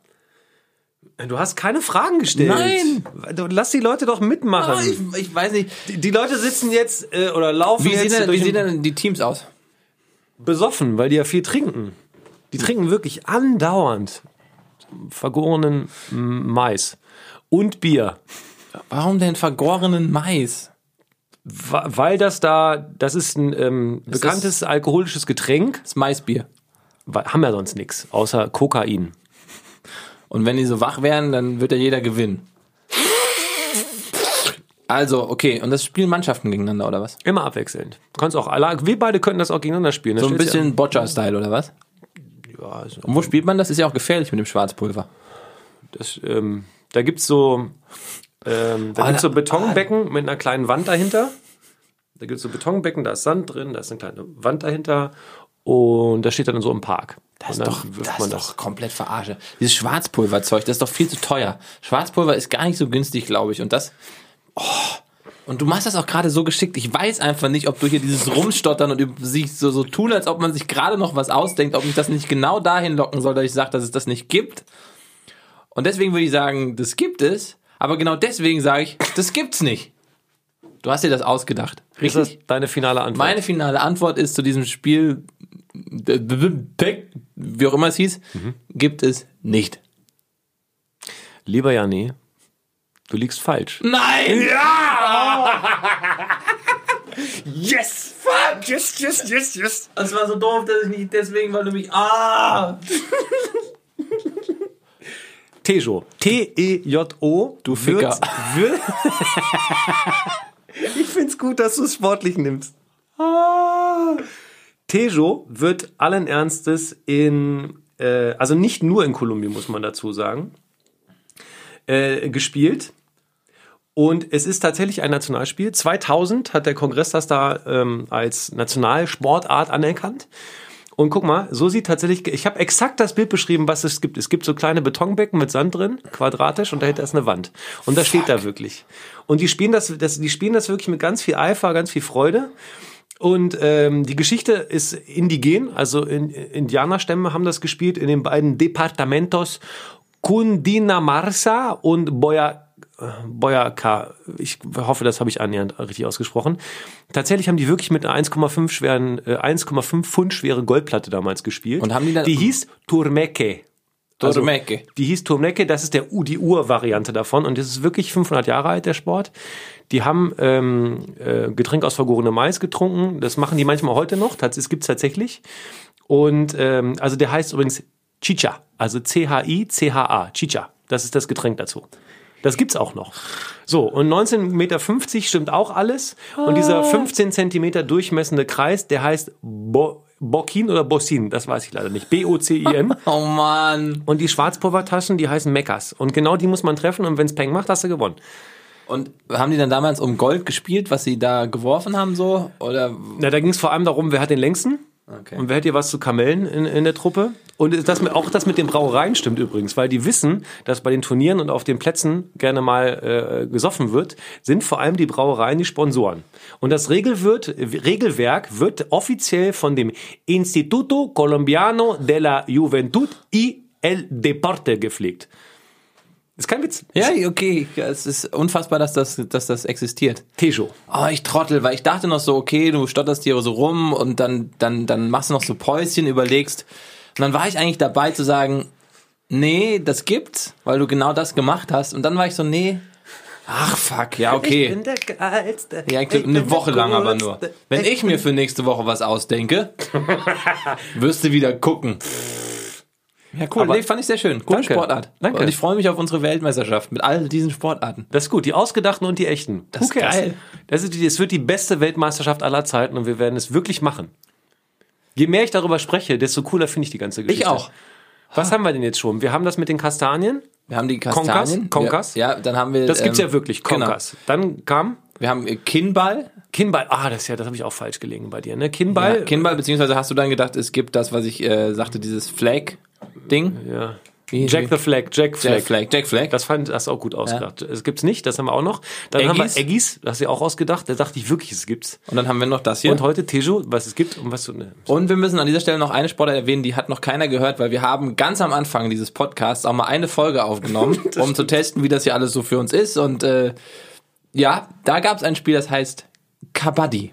Speaker 3: Du hast keine Fragen gestellt.
Speaker 2: Nein.
Speaker 3: Du- Lass die Leute doch mitmachen.
Speaker 2: Ah, ich, ich weiß nicht.
Speaker 3: Die- Die Leute sitzen jetzt äh, oder laufen
Speaker 2: Wie, sehen
Speaker 3: jetzt
Speaker 2: denn,
Speaker 3: durch
Speaker 2: wie sehen
Speaker 3: den-
Speaker 2: denn die Teams aus?
Speaker 3: besoffen, weil die ja viel trinken. Die trinken wirklich andauernd vergorenen mm, Mais und Bier,
Speaker 2: Warum denn vergorenen Mais?
Speaker 3: Wa- weil das da, das ist ein ähm, bekanntes alkoholisches Getränk,
Speaker 2: Das Maisbier.
Speaker 3: Wa- haben ja sonst nichts, außer Kokain.
Speaker 2: Und wenn die so wach wären, dann wird ja jeder gewinnen. Also, okay, und das spielen Mannschaften gegeneinander, oder was?
Speaker 3: Immer abwechselnd. Du kannst auch alle, wir beide könnten das auch gegeneinander spielen.
Speaker 2: So ein bisschen Boccia-Style, oder was?
Speaker 3: Ja, so-
Speaker 2: Und wo spielt man das? Ist ja auch gefährlich mit dem Schwarzpulver.
Speaker 3: das, ähm, da gibt's so, ähm, da
Speaker 2: Ah,
Speaker 3: gibt's so
Speaker 2: da-
Speaker 3: Betonbecken mit einer kleinen Wand dahinter. Da gibt's so Betonbecken, da ist Sand drin, da ist eine kleine Wand dahinter und da steht dann so im Park. Das und dann wirft
Speaker 2: das
Speaker 3: man
Speaker 2: ist doch komplett verarsche. Dieses Schwarzpulverzeug, das ist doch viel zu teuer. Schwarzpulver ist gar nicht so günstig, glaube ich. Und das. Oh, und du machst das auch gerade so geschickt. Ich weiß einfach nicht, ob du hier dieses Rumstottern und über sich so, so tun, als ob man sich gerade noch was ausdenkt, ob mich das nicht genau dahin locken soll, dass ich sage, dass es das nicht gibt. Und deswegen würde ich sagen, das gibt es. Aber genau deswegen sage ich, das gibt's nicht. Du hast dir das ausgedacht.
Speaker 3: Ist das deine finale Antwort?
Speaker 2: Meine finale Antwort ist zu diesem Spiel, äh, Pack, wie auch immer es hieß, gibt es nicht.
Speaker 3: Lieber Janni, du liegst falsch.
Speaker 2: Nein! (laughs)
Speaker 4: Yes! Fuck! Yes, yes, yes, yes!
Speaker 2: Das war so doof, dass ich nicht deswegen, weil du mich. Ah!
Speaker 3: Tejo. T-E-J-O. Du
Speaker 2: Ficker.
Speaker 3: Wird, (laughs) ich find's gut, dass du es sportlich nimmst. Ah. Tejo wird allen Ernstes in, äh, also nicht nur in Kolumbien, muss man dazu sagen, äh, gespielt. Und es ist tatsächlich ein Nationalspiel. 2000 hat der Kongress das da ähm, als Nationalsportart anerkannt. Und guck mal, so sieht tatsächlich, ich habe exakt das Bild beschrieben, was es gibt. Es gibt so kleine Betonbecken mit Sand drin, quadratisch, und dahinter ist eine Wand. Und da steht da wirklich. Und die spielen das, das, die spielen das wirklich mit ganz viel Eifer, ganz viel Freude. Und ähm, die Geschichte ist indigen, also in, Indianerstämme haben das gespielt in den beiden Departamentos Cundinamarca und Boya, äh, Boyacá. Ich hoffe, das habe ich annähernd richtig ausgesprochen. Tatsächlich haben die wirklich mit einer 1,5 schweren, äh, 1,5 Pfund schwere Goldplatte damals gespielt.
Speaker 2: Und haben die dann-
Speaker 3: die hieß Turmeque.
Speaker 2: Turmeque.
Speaker 3: Also, die hieß Turmnecke, das ist der, U- die Ur-Variante davon und das ist wirklich 500 Jahre alt, der Sport. Die haben ähm, äh, Getränk aus vergorenem Mais getrunken, das machen die manchmal heute noch, Tats- das gibt's tatsächlich. Und ähm, also der heißt übrigens Chicha, also C-H-I-C-H-A, Chicha, das ist das Getränk dazu. Das gibt's auch noch. So, und 19,50 Meter stimmt auch alles. Und dieser 15 Zentimeter durchmessende Kreis, der heißt Bo Bokin oder Bossin, das weiß ich leider nicht. B-O-C-I-N.
Speaker 2: Oh Mann.
Speaker 3: Und die Schwarzpulvertaschen, die heißen Meckers. Und genau die muss man treffen und wenn's Peng macht, hast du gewonnen.
Speaker 2: Und haben die dann damals um Gold gespielt, was sie da geworfen haben so? Oder
Speaker 3: Na, da ging's vor allem darum, wer hat den längsten?
Speaker 2: Okay.
Speaker 3: Und wer hat hier was zu Kamellen in, in der Truppe? Und das mit, auch das mit den Brauereien stimmt übrigens, weil die wissen, dass bei den Turnieren und auf den Plätzen gerne mal äh, gesoffen wird, sind vor allem die Brauereien die Sponsoren. Und das Regel wird, Regelwerk wird offiziell von dem Instituto Colombiano de la Juventud y el Deporte gepflegt. Ist kein Witz.
Speaker 2: Ja, okay. Ja, Es ist unfassbar, dass das, dass das existiert.
Speaker 3: Tejo.
Speaker 2: Oh, ich trottel, weil ich dachte noch so, okay, du stotterst hier so rum und dann, dann, dann machst du noch so Päuschen, überlegst. Und dann war ich eigentlich dabei zu sagen, nee, das gibt's, weil du genau das gemacht hast. Und dann war ich so, nee. Ach fuck, ja, okay.
Speaker 3: der Geilste.
Speaker 2: Ja, ich, eine Woche lang aber nur. Wenn ich mir für nächste Woche was (laughs) ausdenke, wirst du wieder gucken. Ja, cool.
Speaker 3: Aber-
Speaker 2: nee, fand ich sehr schön. Coole
Speaker 3: Danke.
Speaker 2: Sportart.
Speaker 3: Danke.
Speaker 2: Und ich freue mich auf unsere Weltmeisterschaft mit all diesen Sportarten.
Speaker 3: Das ist gut, die ausgedachten und die echten. Das
Speaker 2: ist geil.
Speaker 3: Das, ist, die- das wird die beste Weltmeisterschaft aller Zeiten und wir werden es wirklich machen. Je mehr ich darüber spreche, desto cooler finde ich die ganze Geschichte.
Speaker 2: Ich auch.
Speaker 3: Was haben wir denn jetzt schon? Wir haben das mit den Kastanien.
Speaker 2: Wir haben die Kastanien.
Speaker 3: Konkas?
Speaker 2: Ja, ja, dann haben wir.
Speaker 3: Das gibt's
Speaker 2: ähm,
Speaker 3: ja wirklich, Konkas. Dann kam
Speaker 2: Genau. Wir haben äh, Kinnball.
Speaker 3: Kinnball. Ah, das ist ja, das habe ich auch falsch gelegen bei dir, ne? Kinnball.
Speaker 2: ja, Kinnball, beziehungsweise hast du dann gedacht, es gibt das, was ich äh, sagte, dieses Flag-Ding.
Speaker 3: ja.
Speaker 2: Wie-
Speaker 3: Jack the Flag, Jack Flag.
Speaker 2: Jack Flag. Jack Flag.
Speaker 3: Das fand das auch gut ausgedacht. Es gibt's nicht, das haben wir auch noch. Dann haben
Speaker 2: Eggies.
Speaker 3: wir Eggies, das hast du ja auch ausgedacht. Da dachte ich wirklich, es gibt's.
Speaker 2: und dann haben wir noch das hier.
Speaker 3: Und heute Tejo, was es gibt und was du. Ne,
Speaker 2: Und wir müssen an dieser Stelle noch eine Sportart erwähnen, die hat noch keiner gehört, weil wir haben ganz am Anfang dieses Podcasts auch mal eine Folge
Speaker 3: (laughs)
Speaker 2: aufgenommen, um zu testen, wie das hier alles so für uns ist. Und äh, ja, da gab es ein Spiel, das heißt Kabaddi.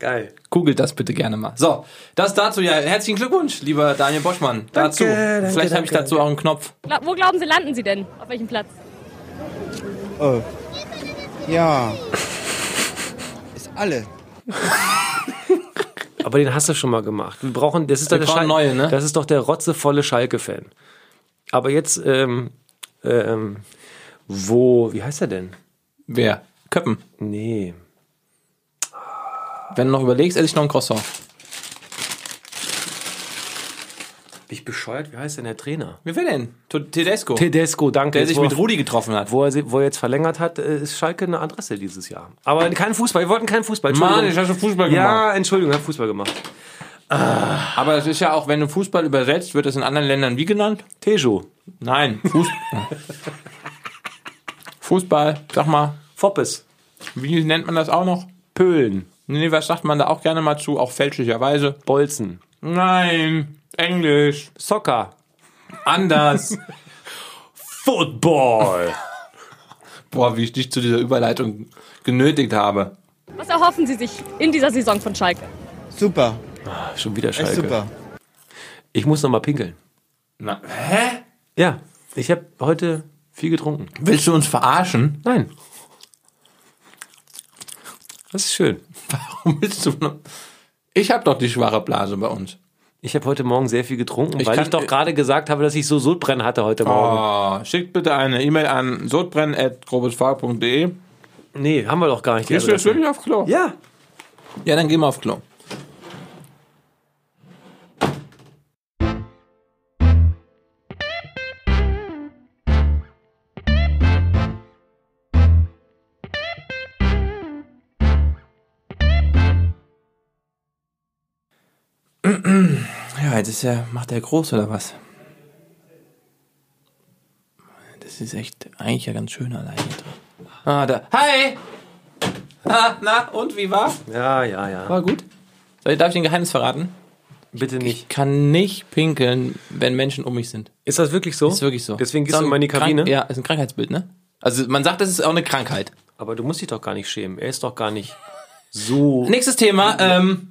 Speaker 3: Geil.
Speaker 2: Googelt das bitte gerne mal. So, das dazu ja. Herzlichen Glückwunsch, lieber Daniel Boschmann. dazu. Vielleicht habe ich dazu auch einen Knopf.
Speaker 11: Gla- Wo glauben Sie, landen Sie denn? Auf welchem Platz?
Speaker 7: Ja. Ist alle.
Speaker 3: Aber den hast du schon mal gemacht. Wir brauchen, das ist doch
Speaker 2: Wir
Speaker 3: der
Speaker 2: brauchen
Speaker 3: Schal
Speaker 2: neue, ne?
Speaker 3: Das ist doch der rotzevolle Schalke-Fan. Aber jetzt, ähm, ähm, wo, wie heißt er denn?
Speaker 2: Wer? Köppen.
Speaker 3: Nee.
Speaker 2: Wenn du noch überlegst, esse ich noch ein Croissant.
Speaker 3: Bin ich bescheuert? Wie heißt denn der Trainer?
Speaker 2: Wer will denn? Tu- Tedesco.
Speaker 3: Tedesco, danke.
Speaker 2: der sich
Speaker 3: Wo-
Speaker 2: mit Rudi getroffen hat.
Speaker 3: Wo er, sie- wo er jetzt verlängert hat, äh, ist Schalke eine Adresse dieses Jahr. Aber kein Fußball, wir wollten keinen Fußball.
Speaker 2: Mann,
Speaker 3: Entschuldigung.
Speaker 2: ich habe schon Fußball gemacht.
Speaker 3: ja, Entschuldigung, ich habe Fußball gemacht.
Speaker 2: Aber es ist ja auch, wenn du Fußball übersetzt, wird das in anderen Ländern wie genannt?
Speaker 3: Tejo,
Speaker 2: Nein. Fuß (laughs) Fußball, sag mal,
Speaker 3: Foppes,
Speaker 2: wie nennt man das auch noch?
Speaker 3: Pöhlen,
Speaker 2: Nee, was sagt man da auch gerne mal zu, auch fälschlicherweise?
Speaker 3: Bolzen,
Speaker 2: Nein, Englisch,
Speaker 3: Soccer,
Speaker 2: anders.
Speaker 3: Football.
Speaker 2: (laughs) Boah, wie ich dich zu dieser Überleitung genötigt habe.
Speaker 11: Was erhoffen Sie sich in dieser Saison von Schalke?
Speaker 5: Super,
Speaker 3: schon wieder Schalke.
Speaker 5: echt super.
Speaker 3: Ich muss noch mal pinkeln.
Speaker 2: Na, hä?
Speaker 3: Ja, ich habe heute viel getrunken.
Speaker 2: Willst du uns verarschen? (laughs)
Speaker 3: Nein. Das ist schön.
Speaker 2: Warum willst du noch? Ich habe doch die schwache Blase bei uns.
Speaker 3: Ich habe heute Morgen sehr viel getrunken,
Speaker 2: Ich
Speaker 3: weil
Speaker 2: kann-
Speaker 3: ich Ah. doch gerade gesagt habe, dass ich so Sodbrennen hatte heute Morgen.
Speaker 2: Oh, schickt bitte eine E-Mail an sodbrennen.grobesfahr.de.
Speaker 3: Nee, haben wir doch gar nicht. die
Speaker 2: Gehst du jetzt
Speaker 3: Adresse.
Speaker 2: wirklich auf Klo?
Speaker 3: Ja.
Speaker 2: ja, dann gehen wir auf Klo. Ja, jetzt ist ja, macht er groß oder was? Das ist echt eigentlich ja ganz schön alleine drin. Ah, da. Hi! Ah, na, und wie war?
Speaker 3: Ja, ja, ja.
Speaker 2: War gut. Soll ich, darf ich ein Geheimnis verraten?
Speaker 3: Bitte
Speaker 2: Ich
Speaker 3: nicht.
Speaker 2: kann nicht pinkeln, wenn Menschen um mich sind.
Speaker 3: Ist das wirklich so?
Speaker 2: Ist wirklich so.
Speaker 3: Deswegen
Speaker 2: Ist
Speaker 3: gehst
Speaker 2: auch
Speaker 3: du immer in die
Speaker 2: ein
Speaker 3: Kabine.
Speaker 2: Krank, ja, ist ein Krankheitsbild, ne? Also man sagt, das ist auch eine Krankheit.
Speaker 3: Aber du musst dich doch gar nicht schämen. Er ist doch gar nicht so.
Speaker 2: Nächstes Thema. Ähm,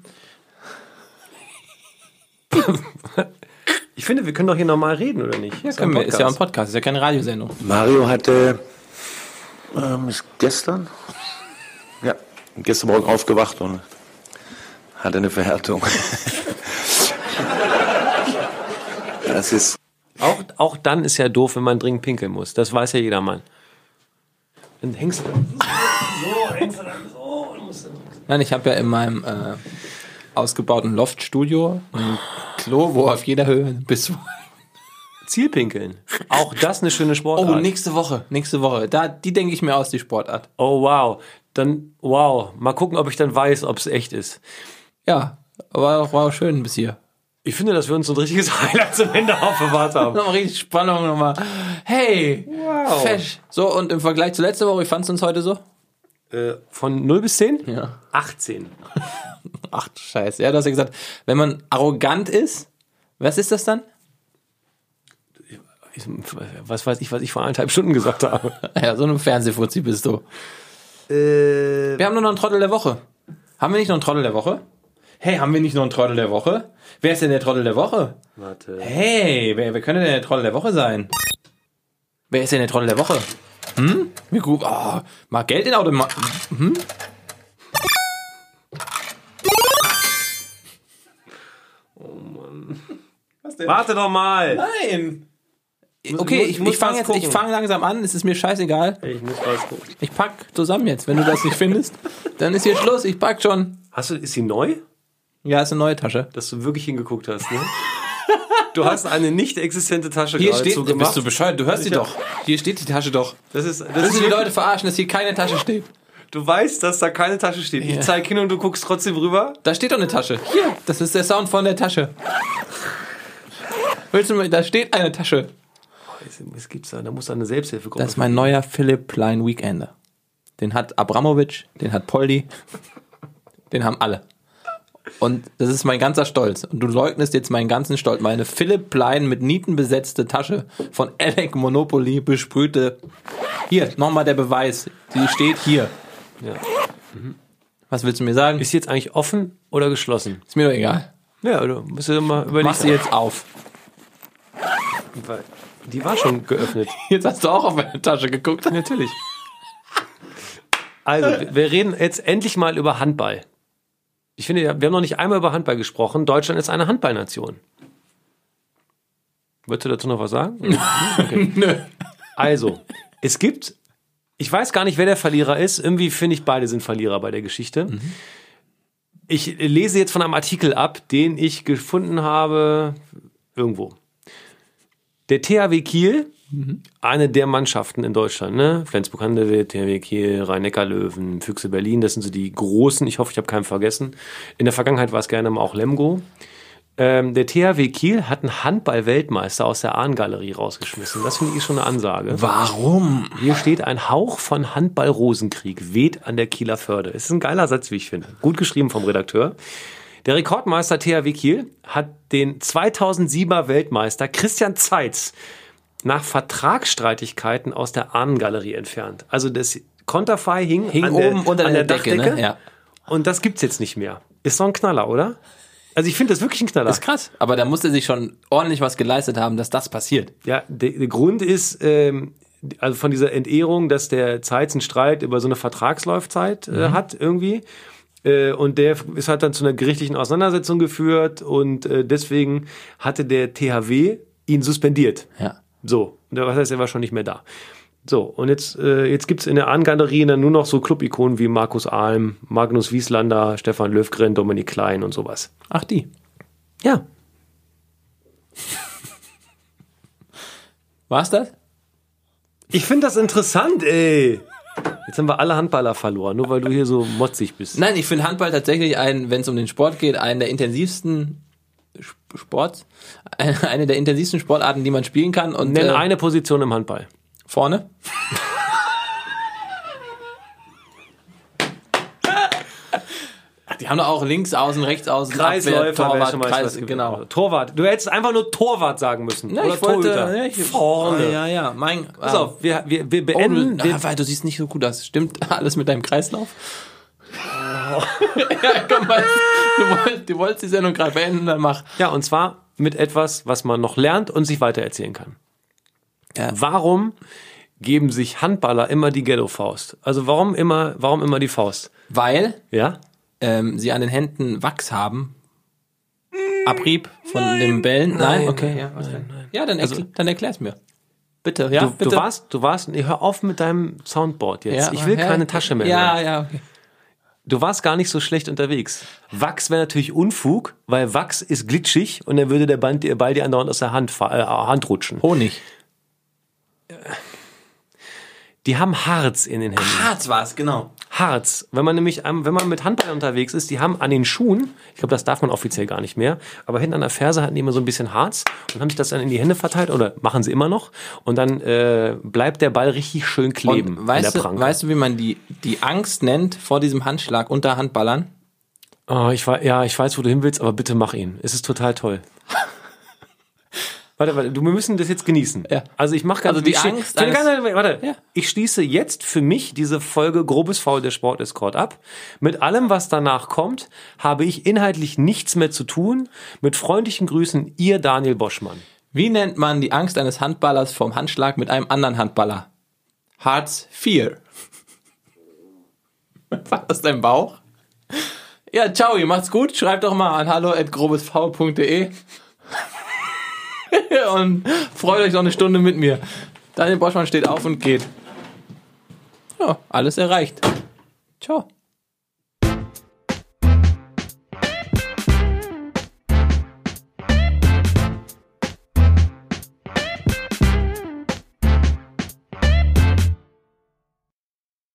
Speaker 3: Ich finde, wir können doch hier normal reden, oder nicht? Ja,
Speaker 2: können wir, ist ja ein Podcast, ist ja keine Radiosendung.
Speaker 12: Mario hatte ähm, ist gestern, ja, gestern Morgen aufgewacht und hatte eine Verhärtung. (laughs) Das ist
Speaker 3: auch, auch dann ist ja doof, wenn man dringend pinkeln muss. Das weiß ja jedermann.
Speaker 2: Und hängst du. So, hängst du dann so. Nein, ich habe ja in meinem äh, ausgebauten Loftstudio ein Klo, wo auf jeder Höhe bis
Speaker 3: Zielpinkeln. Auch das eine schöne Sportart.
Speaker 2: Oh, nächste Woche. Nächste Woche. Da, die denke ich mir aus, die Sportart.
Speaker 3: Oh, wow. Dann, wow. Mal gucken, ob ich dann weiß, ob es echt ist.
Speaker 2: Ja, war, war schön bis hier.
Speaker 3: Ich finde, dass wir uns so ein richtiges (laughs) Highlight zum Ende aufbewahrt haben.
Speaker 2: Nochmal richtig Spannung nochmal. Hey, wow. fesch. So, und im Vergleich zu letzter Woche, wie fandst du uns heute so?
Speaker 3: Äh, von 0 bis 10?
Speaker 2: Ja.
Speaker 3: 18.
Speaker 2: Ach, du scheiße. Ja, du hast ja gesagt, wenn man arrogant ist, was ist das dann? (laughs)
Speaker 3: was weiß ich, was ich vor eineinhalb Stunden
Speaker 2: (laughs)
Speaker 3: gesagt habe.
Speaker 2: ja, so ein Fernsehfuzzi bist du. Äh, wir haben nur noch einen Trottel der Woche. Haben wir nicht noch einen Trottel der Woche? Hey, haben wir nicht noch einen Trottel der Woche? Wer ist denn der Trottel der Woche?
Speaker 3: Warte.
Speaker 2: Hey, wer, wer könnte denn der Trottel der Woche sein? Wer ist denn der Trottel der Woche? Hm? Wie gut. Oh, mal Geld in Automat. Hm?
Speaker 3: Oh Mann. Was denn? Warte doch mal.
Speaker 2: Nein. Okay, ich, ich, ich fange jetzt, ich fang langsam an, es ist mir scheißegal.
Speaker 3: Ich muss was gucken.
Speaker 2: Ich pack zusammen jetzt, wenn du das nicht findest, dann ist hier Schluss, ich pack schon.
Speaker 3: Hast du, ist sie neu?
Speaker 2: Ja, ist eine neue Tasche.
Speaker 3: Dass du wirklich hingeguckt hast, ne? Du hast eine nicht existente Tasche
Speaker 2: Hier
Speaker 3: gerade
Speaker 2: steht,
Speaker 3: zugemacht.
Speaker 2: bist du bescheuert, du hörst sie doch. Hier steht die Tasche doch.
Speaker 3: Das ist, das
Speaker 2: Willst
Speaker 3: ist
Speaker 2: du die
Speaker 3: wirklich-
Speaker 2: Leute verarschen, dass hier keine Tasche steht?
Speaker 3: Du weißt, dass da keine Tasche steht. Ich
Speaker 2: Ja.
Speaker 3: zeig hin und du guckst trotzdem rüber.
Speaker 2: Da steht doch eine Tasche. Hier, das ist der Sound von der Tasche. Willst du mal, da steht eine Tasche.
Speaker 3: Es, es gibt's da, da muss da eine Selbsthilfegruppe.
Speaker 2: Das ist mein neuer Philipp Plein Weekender. Den hat Abramovic, den hat (laughs) Poldi, den haben alle. Und das ist mein ganzer Stolz. Und du leugnest jetzt meinen ganzen Stolz. Meine Philipp Plein mit Nieten besetzte Tasche von Alec Monopoly besprühte. Hier, nochmal der Beweis. Die steht hier. Mhm.
Speaker 3: Ja.
Speaker 2: Was willst du mir sagen?
Speaker 3: Ist die jetzt eigentlich offen oder geschlossen?
Speaker 2: Ist mir doch egal.
Speaker 3: Ja, du musst dir mal überlegen.
Speaker 2: Mach sie jetzt auf.
Speaker 3: Die war schon geöffnet.
Speaker 2: Jetzt hast du auch auf meine Tasche geguckt.
Speaker 3: Natürlich. Also, wir- wir reden jetzt endlich mal über Handball. Ich finde, ja, wir haben noch nicht einmal über Handball gesprochen. Deutschland ist eine Handballnation. Würdest du dazu noch was sagen? Okay. Also, es gibt, ich weiß gar nicht, wer der Verlierer ist. Irgendwie finde ich, beide sind Verlierer bei der Geschichte. Ich lese jetzt von einem Artikel ab, den ich gefunden habe irgendwo. Der THW Kiel, eine der Mannschaften in Deutschland, ne? Flensburg-Handewitt, THW Kiel, Rhein-Neckar-Löwen, Füchse Berlin, das sind so die großen. Ich hoffe, ich habe keinen vergessen. In der Vergangenheit war es gerne mal auch Lemgo. Ähm, der THW Kiel hat einen Handball-Weltmeister aus der Ahnengalerie rausgeschmissen. Das finde ich schon eine Ansage.
Speaker 2: Warum?
Speaker 3: Hier steht, ein Hauch von Handball-Rosenkrieg weht an der Kieler Förde. Es ist ein geiler Satz, wie ich finde. Gut geschrieben vom Redakteur. Der Rekordmeister THW Kiel hat den 2007er Weltmeister Christian Zeitz nach Vertragsstreitigkeiten aus der Ahnengalerie entfernt. Also das Konterfei hing,
Speaker 2: Hing
Speaker 3: an der,
Speaker 2: oben unter
Speaker 3: an
Speaker 2: der,
Speaker 3: der,
Speaker 2: Decke,
Speaker 3: Dachdecke.
Speaker 2: ne? Ja.
Speaker 3: Und das gibt's jetzt nicht mehr. Ist doch ein Knaller, oder? Also ich finde das wirklich ein Knaller.
Speaker 2: Das ist krass. Aber da muss er sich schon ordentlich was geleistet haben, dass das passiert.
Speaker 3: Ja, der, der Grund ist, ähm, also von dieser Entehrung, dass der Zeitz einen Streit über so eine Vertragslaufzeit
Speaker 2: Mhm.
Speaker 3: äh, hat irgendwie. Äh, und der ist hat dann zu einer gerichtlichen Auseinandersetzung geführt und äh, deswegen hatte der THW ihn suspendiert.
Speaker 2: Ja.
Speaker 3: So, und was heißt, er war schon nicht mehr da. So, und jetzt, äh, jetzt gibt's in der Ahngalerie dann nur noch so Club-Ikonen wie Markus Alm, Magnus Wieslander, Stefan Löfgren, Dominik Klein und sowas.
Speaker 2: Ach, die.
Speaker 3: Ja.
Speaker 2: War's das?
Speaker 3: Ich finde das interessant, ey. Jetzt haben wir alle Handballer verloren, nur weil du hier so motzig bist.
Speaker 2: Nein, ich finde Handball tatsächlich einen, wenn es um den Sport geht, einen der intensivsten Sp- Sports, (laughs) eine der intensivsten Sportarten, die man spielen kann. Und
Speaker 3: Nenn
Speaker 2: äh,
Speaker 3: eine Position im Handball.
Speaker 2: vorne. Die haben doch auch links außen, rechts außen, Abwehr,
Speaker 3: wäre
Speaker 2: Torwart,
Speaker 3: schon mal
Speaker 2: Kreis,
Speaker 3: was
Speaker 2: genau.
Speaker 3: Torwart. Du hättest einfach nur Torwart sagen müssen.
Speaker 2: Ja,
Speaker 3: Oder
Speaker 2: ich wollte,
Speaker 3: Torhüter.
Speaker 2: ja, ich,
Speaker 3: Vorne.
Speaker 2: Ja, ja, mein.
Speaker 3: Pass auf, wir, wir, wir
Speaker 2: Oh, du,
Speaker 3: beenden.
Speaker 2: ah, weil du siehst nicht so gut aus. Stimmt (laughs) alles mit deinem Kreislauf? Oh. (laughs) ja, komm mal. Du wolltest, du wolltest die Sendung gerade beenden, dann mach.
Speaker 3: ja, und zwar mit etwas, was man noch lernt und sich weitererzählen kann.
Speaker 2: Ja.
Speaker 3: Warum geben sich Handballer immer die Ghetto-Faust? Also warum immer, warum immer die Faust?
Speaker 2: Weil
Speaker 3: Ja?
Speaker 2: ähm, sie an den Händen Wachs haben. Also Abrieb von den Bällen. Nein, okay, ja. was denn? Ja, dann, erkl dann erklär's mir. Bitte, ja,
Speaker 3: du,
Speaker 2: bitte.
Speaker 3: Du warst, du warst, nee, hör auf mit deinem Soundboard jetzt.
Speaker 2: Ja,
Speaker 3: ich will
Speaker 2: ja,
Speaker 3: keine Tasche mehr.
Speaker 2: Ja,
Speaker 3: hören.
Speaker 2: ja, okay.
Speaker 3: Du warst gar nicht so schlecht unterwegs. Wachs wäre natürlich Unfug, weil Wachs ist glitschig und dann würde der Band, der Ball dir andauernd aus der Hand, fa- äh, Hand rutschen.
Speaker 2: Honig.
Speaker 3: Die haben Harz in den Händen.
Speaker 2: Harz war es, genau.
Speaker 3: Harz. Wenn man nämlich, am- wenn man mit Handball unterwegs ist, die haben an den Schuhen, ich glaube, das darf man offiziell gar nicht mehr, aber hinten an der Ferse hatten die immer so ein bisschen Harz und haben sich das dann in die Hände verteilt oder machen sie immer noch und dann äh, bleibt der Ball richtig schön kleben
Speaker 2: Und weißt,
Speaker 3: an der
Speaker 2: du,
Speaker 3: Pranke.
Speaker 2: weißt du, wie man die, die Angst nennt vor diesem Handschlag unter Handballern?
Speaker 3: Oh, ich war, ja, ich weiß, wo du hin willst, aber bitte mach ihn. Es ist total toll. Warte, warte, du, wir müssen das jetzt genießen. Ja. Also ich mache
Speaker 2: Also die
Speaker 3: ich steh-
Speaker 2: Angst
Speaker 3: Nein,
Speaker 2: eines-
Speaker 3: nein, nein, warte. Ich schließe jetzt für mich diese Folge grobes Foul der Sportescort ab. Mit allem, was danach kommt, habe ich inhaltlich nichts mehr zu tun. Mit freundlichen Grüßen, ihr Daniel Boschmann.
Speaker 2: Wie nennt man die Angst eines Handballers vom Handschlag mit einem anderen Handballer? Hearts Fear. (laughs) War das dein Bauch? Ja, ciao, ihr macht's gut. Schreibt doch mal an hallo.grobesv.de (laughs) und freut euch noch eine Stunde mit mir. Daniel Boschmann steht auf und geht. Ja, alles erreicht. Ciao.